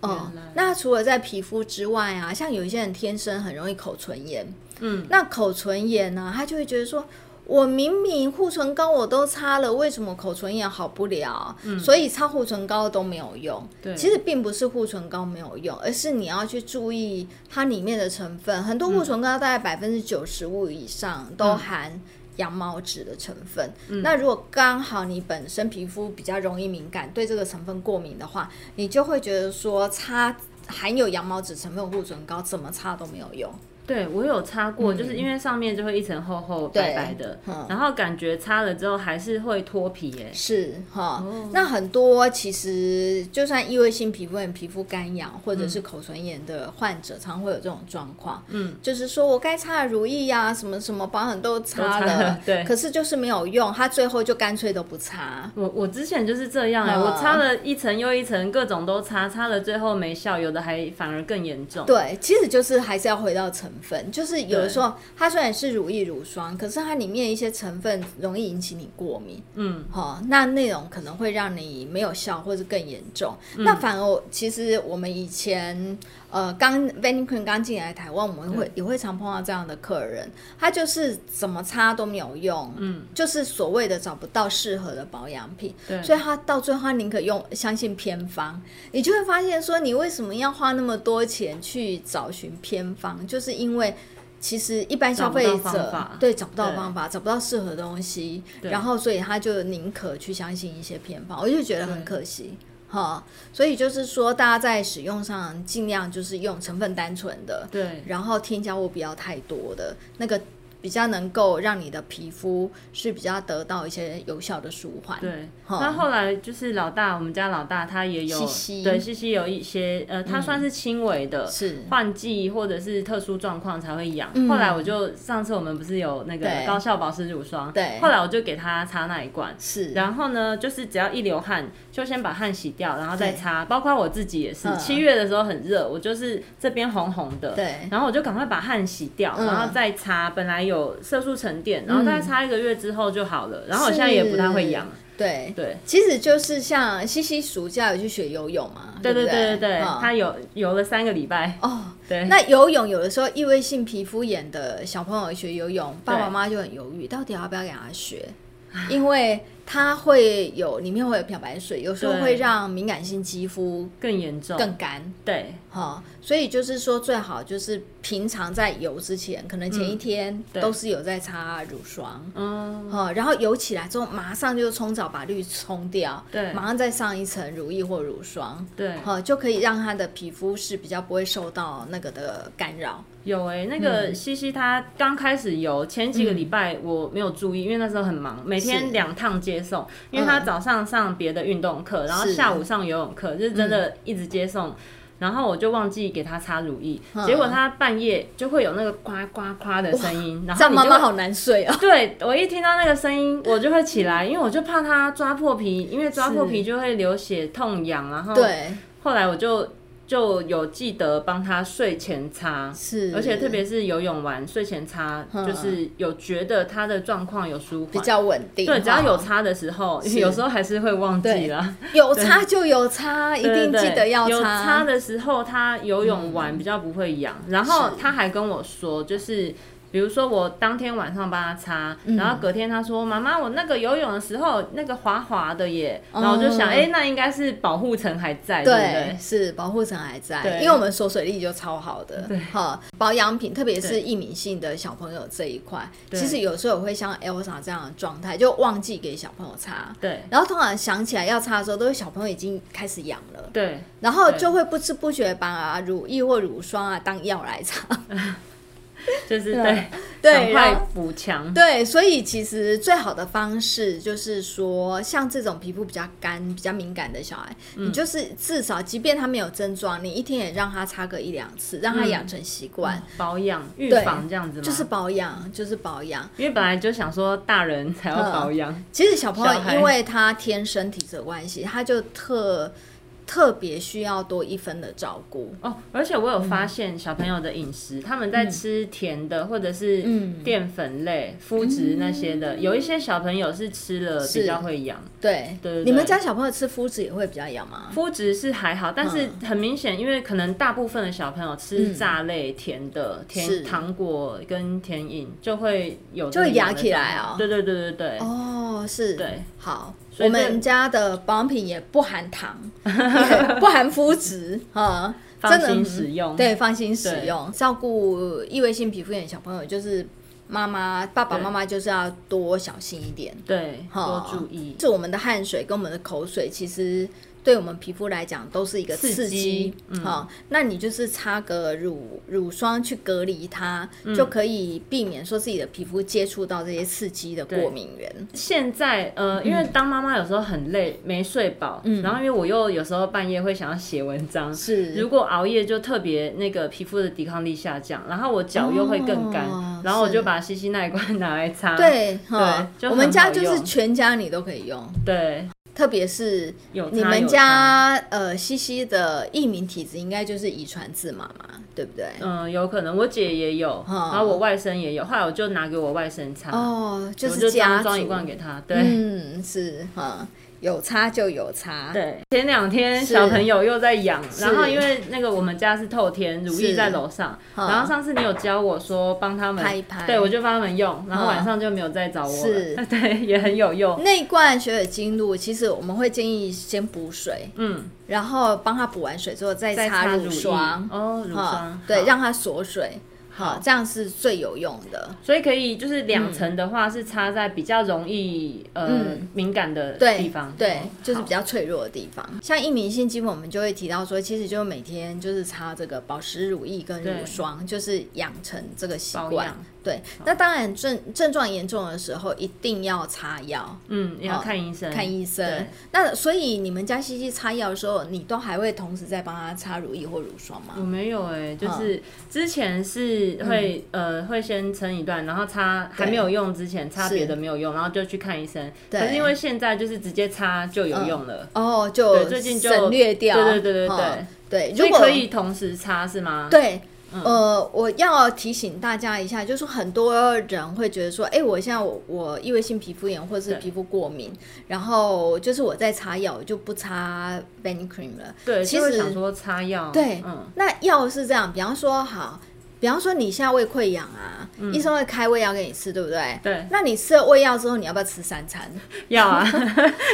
B: 哦、
C: 嗯原来
B: 那除了在皮肤之外啊，像有一些人天生很容易口唇炎，
C: 嗯，
B: 那口唇炎呢、他就会觉得说。我明明护唇膏我都擦了，为什么口唇炎好不了？所以擦护唇膏都没有用。
C: 对
B: 其实并不是护唇膏没有用，而是你要去注意它里面的成分。很多护唇膏大概百分之九十五以上都含羊毛脂的成分。那如果刚好你本身皮肤比较容易敏感，对这个成分过敏的话，你就会觉得说擦含有羊毛脂成分的护唇膏怎么擦都没有用。
C: 对我有擦过，就是因为上面就会一层厚厚
B: 嗯对
C: 白白的
B: 嗯，
C: 然后感觉擦了之后还是会脱皮耶，
B: 是哈，那很多其实就算异位性皮肤炎、皮肤干痒或者是口唇炎的患者，常会有这种状况。嗯，就是说我该擦的如意呀、什么什么保养都擦
C: 都擦
B: 了
C: 了，对
B: 可是就是没有用，他最后就干脆都不擦。
C: 我我之前就是这样哎、
B: 嗯
C: 我擦了一层又一层，各种都擦，擦了最后没效，有的还反而更严重。
B: 对，其实就是还是要回到成分，就是有的时候它虽然是乳液、乳霜，可是它里面一些成分容易引起你过敏。
C: 嗯，
B: 哦，那那种可能会让你没有效，或是更严重。那反而我其实我们以前呃刚 Van Queen 刚进来台湾，我们会也会常碰到这样的客人，他就是怎么擦都没有用，嗯，就是所谓的找不到适合的保养品，
C: 对
B: 所以他到最后他宁可用相信偏方，你就会发现说你为什么要花那么多钱去找寻偏方，就是因为。其实一般消费
C: 找不到方
B: 者
C: 法
B: 对找不到
C: 对
B: 方法，找不到适合的东西，
C: 对
B: 然后所以他就宁可去相信一些偏方，我就觉得很
C: 对
B: 可惜哈。所以就是说，大家在使用上尽量就是用成分单纯的，
C: 对
B: 然后添加物不要太多的，那个比较能够让你的皮肤是比较得到一些有效的舒缓。
C: 对，
B: 好
C: 那后来就是老大，我们家老大他也
B: 嗯
C: 有
B: 西西嗯
C: 对西西有一些呃，他算是轻微的，
B: 是
C: 换季或者是特殊状况才会痒。
B: 嗯
C: 后来我就上次我们不是有那个
B: 对
C: 高效保湿乳霜，
B: 对
C: 后来我就给他擦那一罐。
B: 是，
C: 然后呢，就是只要一流汗，就先把汗洗掉，然后再
B: 对
C: 擦。包括我自己也是，
B: 嗯
C: 七月的时候很热，我就是这边红红的，
B: 对
C: 然后我就赶快把汗洗掉，
B: 嗯
C: 然后再擦。本来有色素沉淀，然后大概擦一个月之后就好了。然后我现在也不太会痒，
B: 对
C: 对。
B: 其实就是像西西暑假有去学游泳嘛，
C: 对
B: 对
C: 对
B: 不
C: 对对对，
B: 嗯
C: 他游游了三个礼拜，
B: 哦，
C: 对
B: 那游泳有的时候异位性皮肤炎的小朋友学游泳，爸
C: 对
B: 爸妈妈就很犹豫，到底要不要给他学，因为它会有里面会有漂白水，有时候
C: 对
B: 会让敏感性肌肤
C: 更严重，
B: 更干。
C: 对
B: 哈、所以就是说，最好就是平常在游之前，可能前一天
C: 嗯对
B: 都是有在擦乳霜，
C: 嗯，
B: 哦，然后游起来之后，马上就冲澡把绿冲掉，
C: 对
B: 马上再上一层乳液或乳霜，
C: 对
B: 哦，就可以让它的皮肤是比较不会受到那个的干扰。
C: 有哎、那个
B: 嗯
C: 西西他刚开始游前几个礼拜我没有注意，因为那时候很忙，每
B: 是
C: 天两趟接送，因为他早上上别的运动课，然后
B: 是
C: 下午上游泳课，就是真的一直接送。然后我就忘记给他擦乳液，
B: 嗯
C: 结果他半夜就会有那个呱呱呱的声音，然
B: 这样
C: 后你
B: 妈
C: 就
B: 妈
C: 会
B: 好难睡哦。
C: 对我一听到那个声音，我就会起来，因为我就怕他抓破皮，因为抓破皮就会流血、痛痒，然后
B: 对，
C: 后来我就就有记得帮他睡前擦，
B: 是，
C: 而且特别是游泳完睡前擦，
B: 嗯
C: 就是有觉得他的状况有舒
B: 比
C: 缓。
B: 较稳定。
C: 对，只要
B: 哈
C: 有擦的时候，有时候还是会忘记了。
B: 有擦就有擦，一嗯
C: 对
B: 定
C: 对
B: 记得要
C: 有擦的时候，他游泳完比较不会痒。然后他还跟我说，就是比如说我当天晚上帮他擦，
B: 嗯
C: 然后隔天他说：“妈妈，我那个游泳的时候那个滑滑的耶。”然后我就想，
B: 嗯
C: 哎、那应该是保护层还在，对不
B: 对
C: 对，？
B: 是保护层还在，
C: 对
B: 因为我们锁水力就超好的，哈，保养品，特别是
C: 对
B: 易敏性的小朋友这一块，
C: 对
B: 其实有时候我会像 Elsa 这样的状态，就忘记给小朋友擦，
C: 对
B: 然后通常想起来要擦的时候，都是小朋友已经开始痒了，
C: 对
B: 然后
C: 对
B: 就会不知不觉把乳液或乳霜啊当药来擦，
C: 就是
B: 对
C: 对，
B: 对 然
C: 赶快
B: 后
C: 补强。
B: 对，所以其实最好的方式就是说，像这种皮肤比较干、比较敏感的小孩，
C: 嗯
B: 你就是至少，即便他没有症状，你一天也让他擦个一两次，让
C: 嗯
B: 他养成习惯，
C: 保养、预
B: 对
C: 防这样子吗？
B: 就是保养，就是保养。
C: 因为本来就想说大人才要保
B: 嗯
C: 养，
B: 其实小朋
C: 小
B: 友
C: 孩
B: 因为他天生体质的关系，他就特特别需要多一分的照顾。
C: 哦，而且我有发现小朋友的饮食，他们在吃甜的或者是
B: 嗯
C: 淀粉类、麸质那些的，有一些小朋友是吃了比较会痒。
B: 对，
C: 对对
B: 你们
C: 对
B: 家小朋友吃麸质也会比较痒吗？
C: 麸质是还好，但是
B: 嗯
C: 很明显，因为可能大部分的小朋友吃炸类、甜的、
B: 是
C: 甜糖果跟甜饮，就会有就
B: 会痒起来哦
C: 对对对对对，
B: 哦，是，
C: 对，
B: 好，
C: 所
B: 我
C: 以这
B: 们家的保养品也不含糖， 也不含肤质啊，
C: 放
B: 真的
C: 心使用。
B: 对，放心使用，照顾异位性皮肤炎的小朋友，就是妈妈、爸爸妈妈就是要多小心一点，
C: 对，多
B: 哈
C: 注意。
B: 是我们的汗水跟我们的口水，其实对我们皮肤来讲都是一个
C: 刺
B: 刺激
C: 激。嗯
B: 好、那你就是擦个乳乳霜去隔离它，
C: 嗯
B: 就可以避免说自己的皮肤接触到这些刺激的过敏源。
C: 现在呃，
B: 嗯
C: 因为当妈妈有时候很累，没睡饱，然后因为我又有时候半夜会想要写文章，
B: 是
C: 如果熬夜就特别那个皮肤的抵抗力下降，然后我脚又会更干，
B: 哦
C: 然后我
B: 是
C: 就把西西那一罐拿来擦，
B: 对，哈
C: 就
B: 我们
C: 很
B: 家
C: 好
B: 就是
C: 用
B: 全家你都可以用，
C: 对，
B: 特别是
C: 有
B: 你
C: 擦
B: 们
C: 有
B: 家呃西西的艺名体质应该就是遗传自妈妈，对不对？
C: 嗯、有可能我姐也有，
B: 哦
C: 然后我外甥也有，后来我就拿给我外甥擦，
B: 哦，就
C: 我
B: 是
C: 就
B: 家
C: 装
B: 族
C: 装一罐给他，对。
B: 嗯，是哈，有差就有差。
C: 对，前两天
B: 是
C: 小朋友又在痒，然后因为那个我们家是透天，如意
B: 是
C: 在楼上，
B: 嗯
C: 然后上次你有教我说帮他们
B: 拍一拍
C: 对我就帮他们用，然后晚上就没有再找我了，
B: 是
C: 对，也很有用，
B: 那一罐雪耳精露，其实我们会建议先补水，
C: 嗯，
B: 然后帮他补完水之后再
C: 再
B: 擦
C: 擦
B: 乳
C: 液
B: 霜，
C: 哦，乳
B: 哈
C: 霜，
B: 对，
C: 好
B: 让它锁水。好，这样是最有用的。
C: 所以可以就是两层的话是插在比较容易呃
B: 嗯
C: 敏感的
B: 对
C: 地方，
B: 对
C: 哦，
B: 就是
C: 好
B: 比较脆弱的地方。像易敏性肌肤，我们就会提到说，其实就每天就是擦这个保湿乳液跟乳
C: 对
B: 霜，就是养成这个习
C: 保
B: 惯
C: 养。
B: 对，那当然症症状严重的时候，一定要擦药。
C: 嗯，也要
B: 哦
C: 看医生，
B: 看医生
C: 对，
B: 那所以你们家西西擦药的时候，你都还会同时在帮她擦乳液或乳霜
C: 我
B: 吗？
C: 没有哎、
B: 嗯
C: 就是之前是会、呃会先撑一段，然后擦还
B: 对
C: 没有用之前擦
B: 是
C: 别的没有用，然后就去看医生。
B: 对
C: 可是因为现在就是直接擦就有用了，
B: 哦，就
C: 对最近就
B: 省略掉，
C: 对对对对对
B: 嗯对，
C: 所
B: 如
C: 以
B: 果
C: 可以同时擦是吗？，
B: 对，
C: 嗯
B: 呃，我要提醒大家一下，就是很多人会觉得说，哎、我现在我我异位性皮肤炎或是
C: 对
B: 皮肤过敏，然后就是我在擦药，我就不擦 Benny Cream 了。
C: 对，
B: 其
C: 就会
B: 实
C: 想说擦药，
B: 对，
C: 嗯，
B: 那药是这样，比方说好。比方说你现在胃溃疡啊，医生会开胃药给你吃，对不对？
C: 嗯对
B: 那你吃了胃药之后，你要不要吃三餐？
C: 药啊，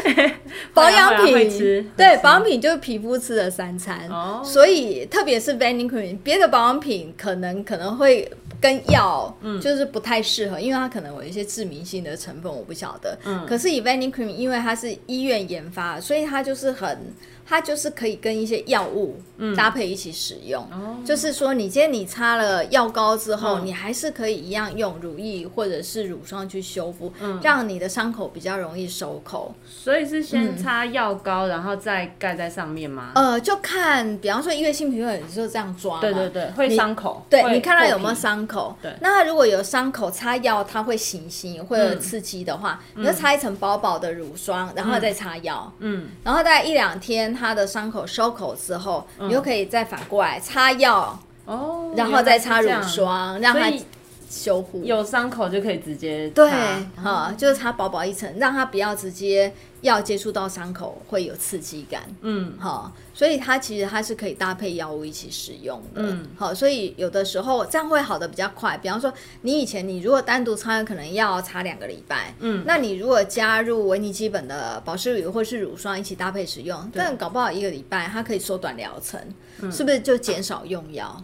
B: 保养
C: 会啊会
B: 品
C: 吃
B: 对
C: 会吃
B: 保养品就是皮肤吃的三餐，
C: 哦
B: 所以特别是 Benny Cream，别的保养品可能可能会跟药，
C: 嗯
B: 就是不太适合，因为它可能有一些致敏性的成分，我不晓得。
C: 嗯
B: 可是以 Benny Cream，因为它是医院研发，所以它就是很，它就是可以跟一些药物搭配一起使用。
C: 嗯哦
B: 就是说，你今天你擦了药膏之后，
C: 嗯
B: 你还是可以一样用乳液或者是乳霜去修复，
C: 嗯
B: 让你的伤口比较容易收口。
C: 所以是先擦药膏，然后再盖在上面吗？
B: 嗯呃，就看，比方说因为性皮肤炎就这样抓嘛，
C: 对对对，会
B: 你
C: 伤口，
B: 对
C: 会
B: 你看它有没
C: 破
B: 有
C: 皮？
B: 伤口？
C: 对
B: 那它如果有伤口，擦药它会醒醒，会
C: 嗯
B: 有刺激的话，你就擦一层薄薄的乳霜，然后再擦药，
C: 嗯，
B: 然后大概一两天它的伤口收口之后，你就可以再反过来擦药，
C: 哦，
B: 然后再
C: 原
B: 擦
C: 嗯来是
B: 乳
C: 这样，
B: 霜，让它
C: 所以
B: 修护。
C: 有伤口就可以直接
B: 对，
C: 擦嗯
B: 哈、就是擦薄薄一层，让它不要直接药接触到伤口会有刺激感。
C: 嗯，
B: 好、所以它其实它是可以搭配药物一起使用的。
C: 嗯
B: 好、所以有的时候这样会好的比较快。比方说，你以前你如果单独擦，可能要擦两个礼拜。
C: 嗯
B: 那你如果加入维尼基本的保湿乳或是乳霜一起搭配使用，但搞不好一个礼拜它可以缩短疗程，是不是就减少用药？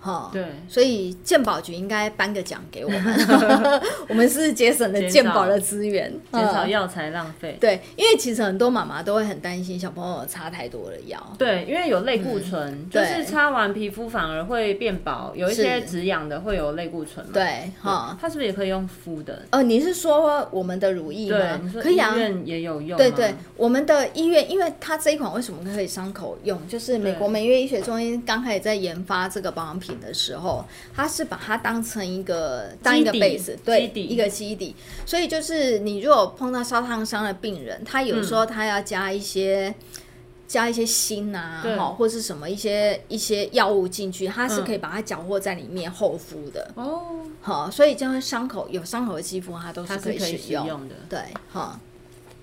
B: 哈、
C: 嗯对
B: 所以健保局应该颁个奖给我 们，我们是节省了
C: 减
B: 健
C: 少
B: 保的资源，
C: 减少
B: 嗯
C: 药材浪费。
B: 对，因为其实很多妈妈都会很担心小朋友擦太多的药。
C: 对，因为有类固醇，就
B: 嗯对
C: 是擦完皮肤反而会变薄，有一些
B: 是
C: 止痒的会有类固醇嘛。
B: 对，
C: 对，
B: 哈，
C: 它是不是也可以用敷的？
B: 呃，你是说我们的乳液
C: 对，
B: 吗
C: 你？说
B: 可以啊
C: 医。院也有用吗。
B: 对对，我们的医院，因为它这一款为什么可以伤口用，就是美国
C: 对
B: 美月医学中心刚开始在研发这个保养品的时候，它是把它当成一个当一个
C: 基底
B: base，对
C: 基，底
B: 一个基底。所以就是你如果碰到烧烫伤的病人，他有时候
C: 嗯
B: 他要加一些、加一些锌啊，
C: 对
B: 哈，或是什么一些一些药物进去，它是
C: 嗯
B: 可以把它搅和在里面厚敷的。
C: 哦，
B: 好，所以这样伤口有伤口的肌肤，它都
C: 它
B: 可
C: 是
B: 以
C: 可以使
B: 用。
C: 用的，
B: 对，哈，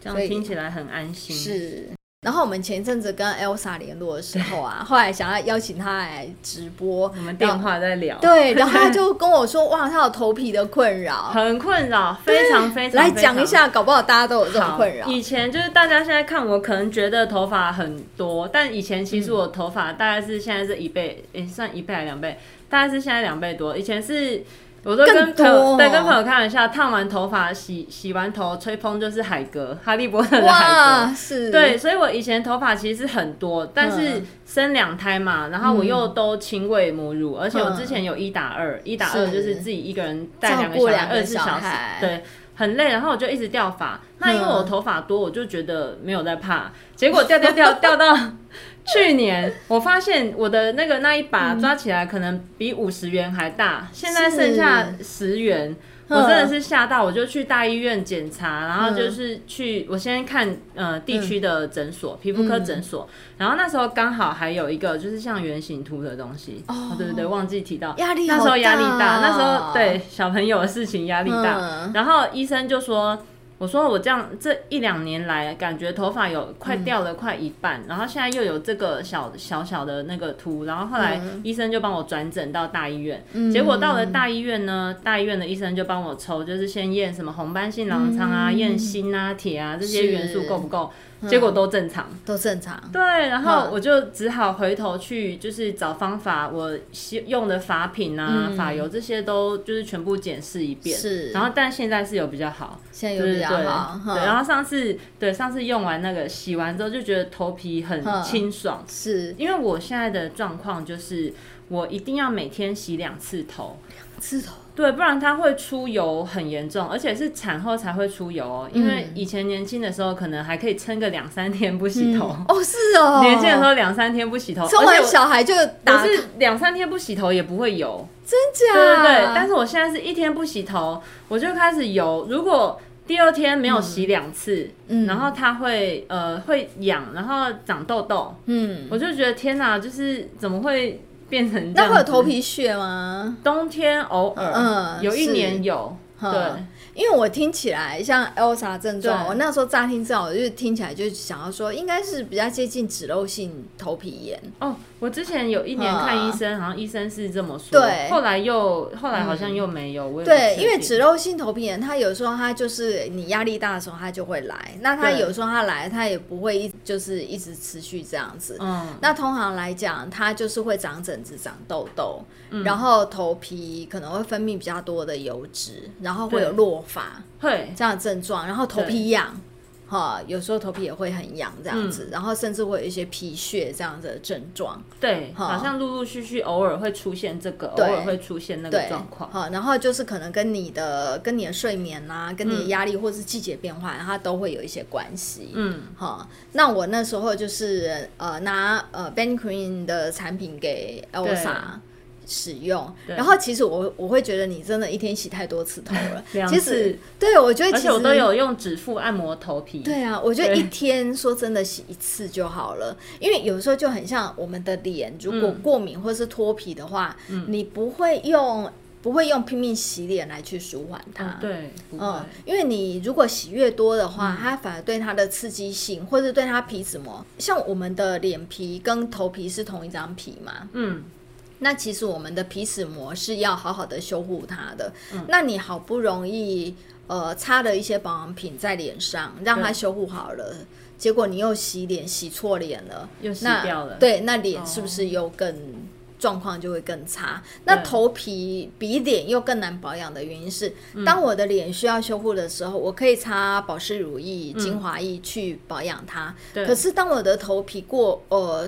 C: 这样
B: 所以
C: 听起来很安心。，
B: 是。然后我们前一阵子跟 Elsa 联络的时候啊，后来想要邀请她来直播，
C: 我们
B: 然后
C: 电话在聊，，
B: 对，然后她就跟我说，哇，她有头皮的困扰，
C: 很困扰，非常非常。
B: 来
C: 非
B: 讲一
C: 常
B: 下，搞不好大家都有这种
C: 好
B: 困扰。
C: 以前就是大家现在看我，可能觉得头发很多，但以前其实我头发大概是现在是一倍，也、算一倍还是两倍，大概是现在两倍多。以前是。我都
B: 更多
C: 跟朋友对
B: 哦
C: 跟朋友开玩笑，烫完头发、洗洗完头、吹风就是海格，哈利波特的海
B: 哇，
C: 格。
B: 是，
C: 对，，所以我以前头发其实很多，但是
B: 嗯
C: 生两胎嘛，然后我又都亲喂母乳，而且我之前有一打二，一打二
B: 是
C: 就是自己一个人带两个
B: 照顾
C: 小
B: 两
C: 孩，
B: 个
C: 二十四小时
B: 小孩，嗯
C: 对，很累，然后我就一直掉发。那因为我头发多，我就觉得没有在怕，结果掉掉掉掉到。去年我发现我的那个那一把
B: 嗯
C: 抓起来可能比五十元还大，现在剩下十元，
B: 嗯
C: 我真的是吓到，我就去大医院检查，然后就是去我先看呃地区的诊所，皮肤科诊所，然后那时候刚好还有一个就是像圆形图的东西，哦对对对，忘记提到，
B: 压力
C: 那时
B: 好
C: 候压力
B: 大啊哦
C: 大，那时候对小朋友的事情压力大
B: 嗯，
C: 然后医生就说。我说我这样这一两年来，感觉头发有快掉了快一半，然后现在又有这个小小小的那个秃，然后后来
B: 嗯
C: 医生就帮我转诊到大医院，结果到了大医院呢，大医院的医生就帮
B: 嗯
C: 我抽，就是先验什么红斑性狼疮啊、验锌啊、铁啊这些元素够不够，结果都正常。
B: 都正常。
C: 对，然后我就只好回头去，就是找方法，我希用的法品啊、
B: 嗯
C: 法油这些都就是全部检视一遍。
B: 是
C: 然后但现在是有比较好，
B: 现在有
C: 就是
B: 比较
C: 对
B: 好
C: 对，
B: 嗯
C: 然后上次对上次用完那个洗完之后就觉得头皮很
B: 嗯
C: 清爽，
B: 是
C: 因为我现在的状况就是我一定要每天洗两次头，
B: 刺头，
C: 对，不然它会出油很严重，而且是产后才会出油哦。因为
B: 嗯
C: 以前年轻的时候可能还可以撑个两三天不洗头，
B: 哦是哦，
C: 年轻的时候两三天不洗头，而
B: 生完
C: 且
B: 小孩啊就
C: 我
B: 打，
C: 我是两三天不洗头也不会油，
B: 真假？
C: 对对对。但是我现在是一天不洗头，我就开始油。如果第二天没有洗两次，
B: 嗯
C: 然后它会呃会痒，然后长痘痘，
B: 嗯，
C: 我就觉得天哪，就是怎么会变成这
B: 那
C: 样？
B: 会有头？皮屑吗？
C: 冬天偶尔，
B: 嗯
C: 有一
B: 是
C: 年有，对。
B: 嗯因为我听起来像 Elsa 症状，
C: 对
B: 我那时候乍听之后，我就听起来就想要说，应该是比较接近脂漏性头皮炎。
C: 哦，我之前有一年
B: 嗯
C: 看医生，好像医生是这么说，
B: 对嗯
C: 后来又后来好像又没有，我也不
B: 对，
C: 确
B: 因为
C: 定
B: 脂漏性头皮炎，它有时候它就是你压力大的时候它就会来，那它
C: 对
B: 有时候它来，它也不会一就是一直持续这样子。
C: 嗯，
B: 那通常来讲，它就是会长疹子、长痘痘，
C: 嗯
B: 然后头皮可能会分泌比较多的油脂，然后会有
C: 对
B: 落发
C: 会
B: 这样的症状，然后头皮
C: 对
B: 痒，哈，有时候头皮也会很痒这样
C: 嗯
B: 子，然后甚至会有一些皮屑这样子的症状，
C: 对，
B: 哈
C: 好像陆陆续续偶尔会出现这个，偶
B: 对
C: 尔会出现那个
B: 对
C: 状，况。
B: 好，然后就是可能跟你的跟你的睡眠啊，跟你的压力或是季节变化，它都会有一些关系，
C: 嗯，
B: 好，那我那时候就是呃拿呃 Ben Queen 的产品给 Elsa 使用，
C: 对
B: 然后其实我我会觉得你真的一天洗太多次头了
C: 两，
B: 其
C: 次
B: 实对我觉得
C: 而
B: 其实
C: 且我都有用指腹按摩头皮。
B: 对啊，我觉得
C: 对
B: 一天说真的洗一次就好了，因为有时候就很像我们的脸，如果
C: 嗯
B: 过敏或是脱皮的话，你不会用不会用拼命洗脸来去舒缓它，
C: 嗯，对，嗯不会
B: 嗯，因为你如果洗越多的话，它反而对它的刺激性，或者对它皮脂膜，像我们的脸皮跟头皮是同一张皮嘛，
C: 嗯，
B: 那其实我们的皮脂膜是要好好的修护它的。那你好不容易呃擦了一些保养品在脸上，让它
C: 对
B: 修护好了，结果你又洗脸洗错脸了，
C: 又洗
B: 那
C: 掉了。，
B: 对，那脸是不是又更？状况就会更
C: 哦
B: 差。那头皮比脸又更难保养的原因是，
C: 嗯
B: 当我的脸需要修护的时候，我可以擦保湿乳液、精华液去保养它。
C: 嗯对
B: 可是当我的头皮过呃，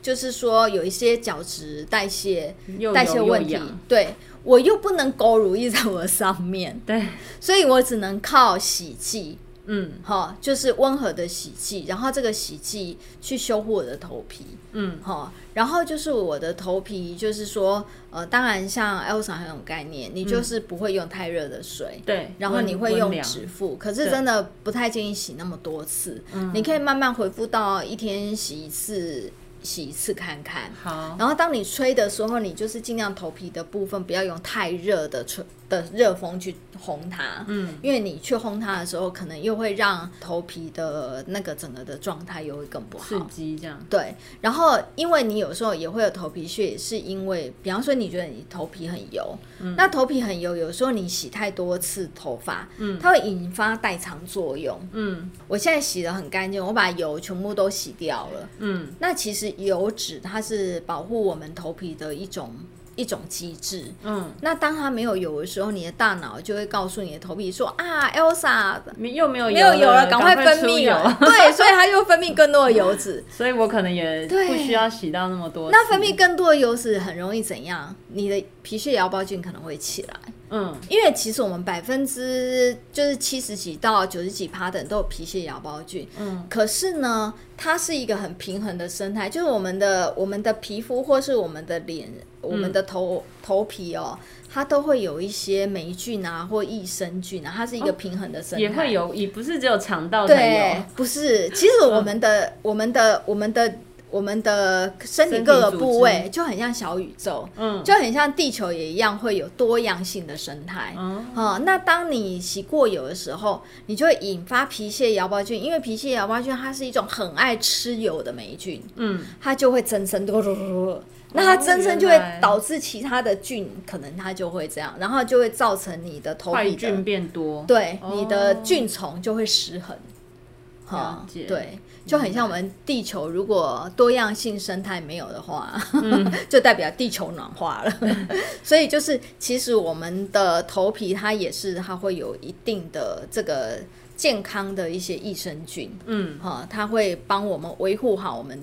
B: 就是说有一些角质代谢
C: 又
B: 代谢
C: 油又
B: 问题
C: 痒，
B: 对我又不能勾乳液在我上面，
C: 对，
B: 所以我只能靠洗剂。
C: 嗯
B: 哈、就是温和的洗剂，然后这个洗剂去修护我的头皮，
C: 嗯，
B: 哈、然后就是我的头皮，就是说，呃，当然像 Elsa 很有概念，你就是不会用太热的水，
C: 嗯对。
B: 然后
C: 温
B: 你会
C: 温
B: 用
C: 凉
B: 指腹，可是
C: 对嗯
B: 真的不太建议洗那么多次，你可以慢慢回复到一天洗一次，洗一次看看。
C: 好，
B: 然后当你吹的时候，你就是尽量头皮的部分不要用太热的吹的热风去烘它，
C: 嗯，
B: 因为你去烘它的时候，可能又会让头皮的那个整个的状态又会更不
C: 刺
B: 好。
C: 激这样。
B: 对，然后因为你有时候也会有头皮屑，也是因为，比方说你觉得你头皮很油，
C: 嗯
B: 那头皮很油，有时候你洗太多次头发，嗯，它会引发代偿作用。
C: 嗯
B: 我现在洗的很干净，我把油全部都洗掉了，
C: 嗯，
B: 那其实油脂它是保护我们头皮的一种一种机制。
C: 嗯，
B: 那当它没有油的时候，你的大脑就会告诉你的头皮说啊，Elsa
C: 没又没有
B: 没有油了，赶
C: 赶
B: 快分
C: 出
B: 泌啊
C: 油
B: 了。。 对，所以它就分泌更多的油脂。
C: 所以我可能也不需要洗到那么多次。
B: 那分泌更多的油脂很容易怎样？你的皮屑芽孢菌可能会起来，
C: 嗯
B: 因为其实我们百分之就是七十几到九十几趴的人都有皮屑芽孢菌，
C: 嗯
B: 可是呢，它是一个很平衡的生态，就是我们的我们的皮肤或是我们的脸、
C: 嗯
B: 我们的头头皮哦，它都会有一些霉菌啊或益生菌啊，它是一个平衡的生态。
C: 哦也会有，也不是只有肠道才
B: 对
C: 有。，嗯
B: 不是，其实我们的、我们的我们的我们的身体
C: 身体
B: 各个
C: 组
B: 部位
C: 织
B: 就很像小宇宙，
C: 嗯
B: 就很像地球也一样会有多样性的生态。
C: 嗯
B: 哦、那当你洗过油的时候，你就会引发皮屑芽孢菌，因为皮屑芽孢菌它是一种很爱吃油的霉菌，
C: 嗯，哦
B: 它就会增生，嘟嘟嘟嘟嘟那它增生就会
C: 原来
B: 导致其他的菌，可能它就会这样，然后就会造成你的头
C: 坏
B: 皮的
C: 菌变多。
B: 对，
C: 哦
B: 你的菌虫就会失衡。哈
C: 了解，
B: 对，就很像我们地球，如果多样性生态没有的话，
C: 嗯
B: 就代表地球暖化了。 所以就是，其实我们的头皮它也是，它会有一定的这个健康的一些益生菌，
C: 嗯，
B: 哈，它会帮我们维护好我们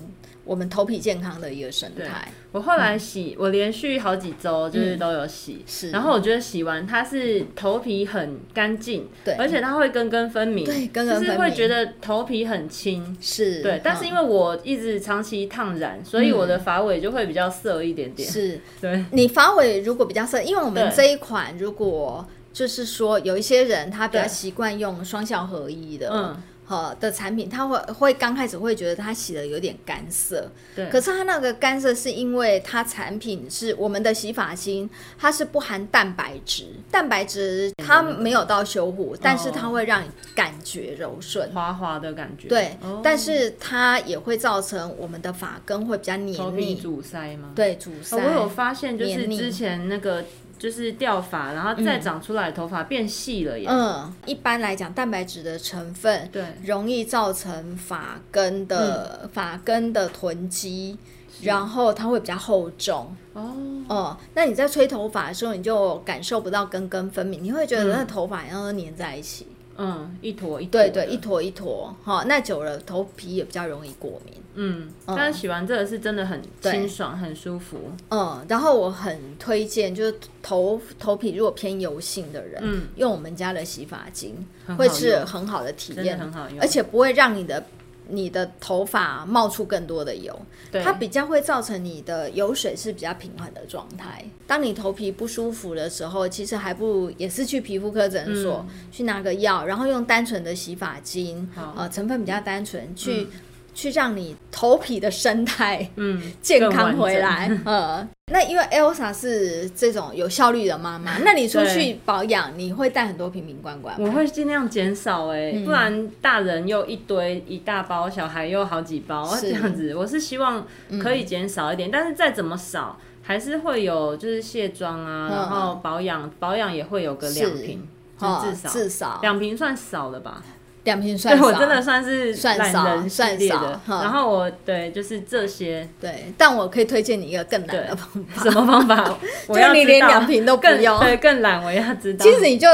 B: 我们头皮健康的一个生态。
C: 我后来洗，我连续好几周就是都有洗，
B: 嗯是
C: 然后我觉得洗完它是头皮很干净，
B: 对
C: 而且它会根根分明，
B: 对根根分明
C: 就是会觉得头皮很轻。
B: 是，嗯
C: 对，但是因
B: 为
C: 为我一直长期烫染，所以我的发尾就会比较涩一点点。
B: 嗯是
C: 对，
B: 你发尾如果比较色，因为我们
C: 对
B: 这一款如果就是说有一些人他比较
C: 对
B: 习惯用双效合一的，
C: 嗯，
B: 好的产品，他会会刚开始会觉得它洗的有点干涩，
C: 对
B: 可是它那个干涩是因为它产品是我们的洗发精，它是不含蛋白质，蛋白质它没有到修
C: 嗯
B: 护，但是它会让你感觉柔顺。
C: 滑滑的感觉。
B: 对，
C: 哦
B: 但是它也会造成我们的发根会比较
C: 头
B: 黏
C: 皮
B: 腻，
C: 阻塞吗？
B: 对阻
C: 哦
B: 塞。
C: 我有发现，就
B: 黏
C: 是
B: 腻
C: 之前那个就是掉发，然后再长出来的头发变细了耶。
B: 嗯，一般来讲，蛋白质的成分
C: 对嗯
B: 容易造成发根的、发根的囤积，然后它会比较厚重。
C: 哦，
B: 哦、那你在吹头发的时候，你就感受不到根根分明，你会觉得那头发好像都粘在一起。
C: 嗯，一坨一坨
B: 对
C: 的。
B: 对，一坨一坨。哈、那久了头皮也比较容易过敏。
C: 嗯，但是洗完这个是真的很清爽，很舒服。
B: 嗯，然后我很推荐，就是头头皮如果偏油性的人，
C: 嗯
B: 用我们家的洗发精，
C: 很好
B: 会
C: 用
B: 是很好的体
C: 真的
B: 验，
C: 很好用
B: 而且不会让你的你的头发冒出更多的油，
C: 对，
B: 它比较会造成你的油水是比较平衡的状态。当你头皮不舒服的时候，其实还不如也是去皮肤科诊所、
C: 嗯
B: 去拿个药，然后用单纯的洗发精，呃，成分比较单纯，去、去让你头皮的生态
C: 嗯
B: 健康回。
C: 更完
B: 来
C: 整。
B: 呃，那因为 Elsa 是这种有效率的妈 妈，那你出去
C: 对
B: 保养，你会带很多瓶瓶罐罐吗？
C: 我会尽量减少哎、
B: 嗯
C: 不然大人又一堆一大包，小孩又好几包
B: 是嗯
C: 这样子。我是希望可以减少一点，但是再怎么少，还是会有就是卸妆
B: 嗯
C: 啊，然后保养保养也会有个两瓶，就是
B: 哦
C: 至少
B: 至少
C: 两瓶算少了吧？
B: 两瓶算
C: 对
B: 少，
C: 我真的算是
B: 算
C: 懒
B: 少
C: 人系列
B: 算少嗯
C: 的。
B: 哈
C: 然后我对就是这些
B: 对，但我可以推荐你一个更难的
C: 对
B: 方法。
C: 什么方 法，我
B: 就
C: 要
B: 你
C: 知
B: 连
C: 道
B: 两瓶都不
C: 更
B: 用
C: 对，更懒我要知道。
B: 其实你就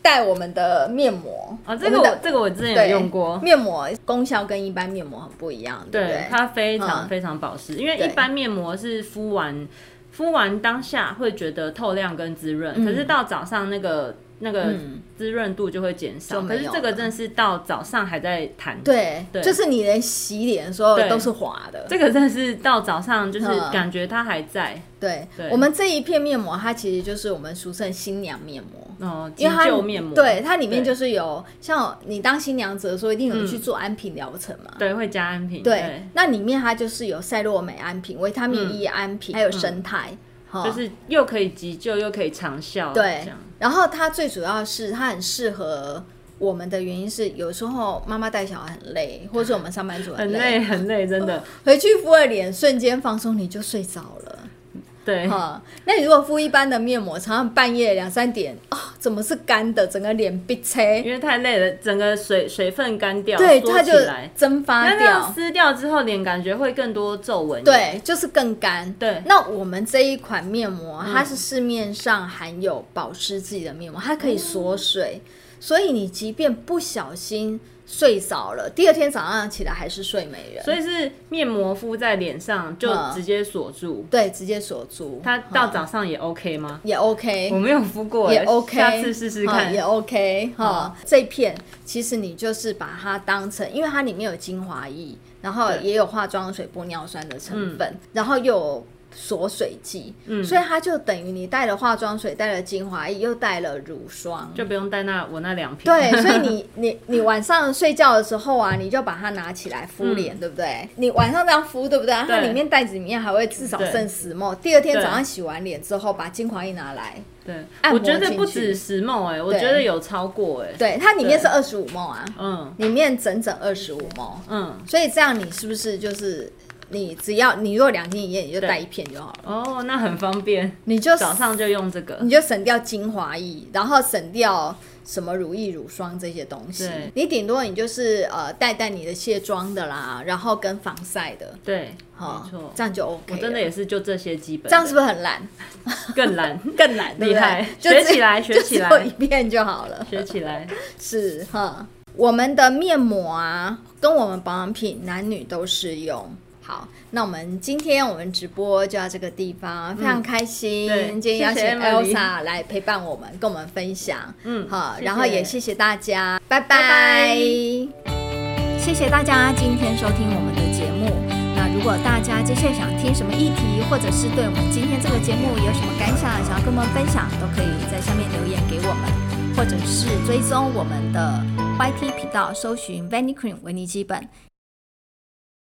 B: 带我们的面膜
C: 啊，这
B: 们
C: 个我
B: 的
C: 这个我之前
B: 对
C: 有用过，
B: 面膜功效跟一般面膜很不一样，对不
C: 对，
B: 对？
C: 它非常
B: 嗯
C: 非常保湿，因为
B: 对
C: 一般面膜是敷完敷完当下会觉得透亮跟滋润，可是到早上那个那个
B: 嗯
C: 滋润度就会减
B: 就
C: 少，
B: 没
C: 可
B: 有
C: 是这个真的是到早上还在弹，，
B: 对，
C: 对
B: 就是你连洗脸的时候
C: 对
B: 都是滑的。
C: 这个真的是到早上就是
B: 嗯
C: 感觉它还在
B: 对
C: 对
B: 我们这一片面膜，它其实就是我们俗称新娘面膜。
C: 哦，急
B: 因为它
C: 救面膜，
B: 对它里面就是是有像你当新娘子的时候，一定有去做安瓶疗程嘛。
C: 对会加安瓶，
B: 对
C: 嗯对，嗯
B: 那里面它就是有赛洛美安瓶、维他命 E 安瓶，还有生态，哈
C: 就是又可以急救又可以长效，
B: 对
C: 这样。
B: 然后它最主要是它很适合我们的原因是，有时候妈妈带小孩很累，或者我们上班族
C: 很
B: 累，
C: 累
B: 哦
C: 很累，真的，
B: 回去敷了脸，瞬间放松，你就睡着了。
C: 对，
B: 哈、那你如果敷一般的面膜，常常半夜两三点，哦，怎么是干的？整个脸逼切，
C: 因为太累了，整个水水分干掉，
B: 对，
C: 缩
B: 它就
C: 起来
B: 蒸发
C: 那这样
B: 掉，
C: 撕掉之后，脸感觉会更多皱纹。，
B: 对，就是更干。
C: 对嗯
B: 那我们这一款面膜，它是市面上含有保湿剂的面膜，它
C: 哦
B: 可以锁水，所以你即便不小心睡着了，第二天早上起来还是睡美人。
C: 所以是面膜敷在脸上就
B: 嗯
C: 直接锁住，
B: 对，直接锁住，
C: 它到
B: 哈
C: 早上也 OK 吗？
B: 也 OK，
C: 我没有敷
B: 嗯
C: 过，哎
B: 也 OK，
C: 下次试试
B: 哈
C: 看
B: 也。OK 哈、这一片其实你就是把它当成，因为它里面有精华液，然后
C: 对
B: 也有化妆水、玻尿酸的成分，然后又有锁水剂，
C: 嗯
B: 所以它就等于你带了化妆水，带了精华液，又带了乳霜。
C: 就不用带那我那两瓶。
B: 对， 所以你你你晚上睡觉的时候啊，你就把它拿起来敷脸，对不对？你晚上这样敷，对不对？它
C: 嗯对
B: 里面袋子里面还会至少
C: 对
B: 剩十沫。第二天
C: 对
B: 早上洗完脸之后，把精华液拿来，
C: 对，
B: 按摩
C: 我觉得
B: 进
C: 不
B: 去
C: 止十梦哎，我
B: 对
C: 觉得有超过哎。
B: 对，它里面是
C: 对
B: 二十五沫啊。
C: 嗯
B: 里面整整二十五毛，
C: 嗯，
B: 所以这样你是不是就是你只要你如果两天一夜，你就带一片就好了，
C: 哦，那很方便，
B: 你就
C: 早上就用这个
B: 你。就省掉精华液，然后省掉什么乳液、乳霜这些东西
C: 对。
B: 你顶多你就是呃带带你的卸妆的啦，然后跟防晒的，
C: 对，
B: 哈
C: 没错，
B: 这样就 OK
C: 我
B: 了。
C: 真的也是就这些基本的，
B: 这样是不是很懒？
C: 更懒？
B: 更懒，对不对
C: 厉害
B: 就
C: 学
B: 只
C: 起来 学
B: 就
C: 起
B: 只有
C: 来
B: 一遍就好了。
C: 学起来，
B: 是哈，我们的面膜啊，跟我们保养品男女都适用。好，那我们今天我们直播就到这个地方，非常开心。
C: 嗯对
B: 今天邀请
C: 谢谢 Emily
B: Elsa 来陪伴我们，跟我们分享。
C: 嗯
B: 好，
C: 谢谢
B: 然后也谢谢大家，
C: 拜拜
A: 谢谢大家今天收听我们的节目。那如果大家接下来想听什么议题，或者是对我们今天这个节目有什么感想，想要跟我们分享，都可以在下面留言给我们，或者是追踪我们的 YT 频道，搜寻 Vanny Cream 维尼基本。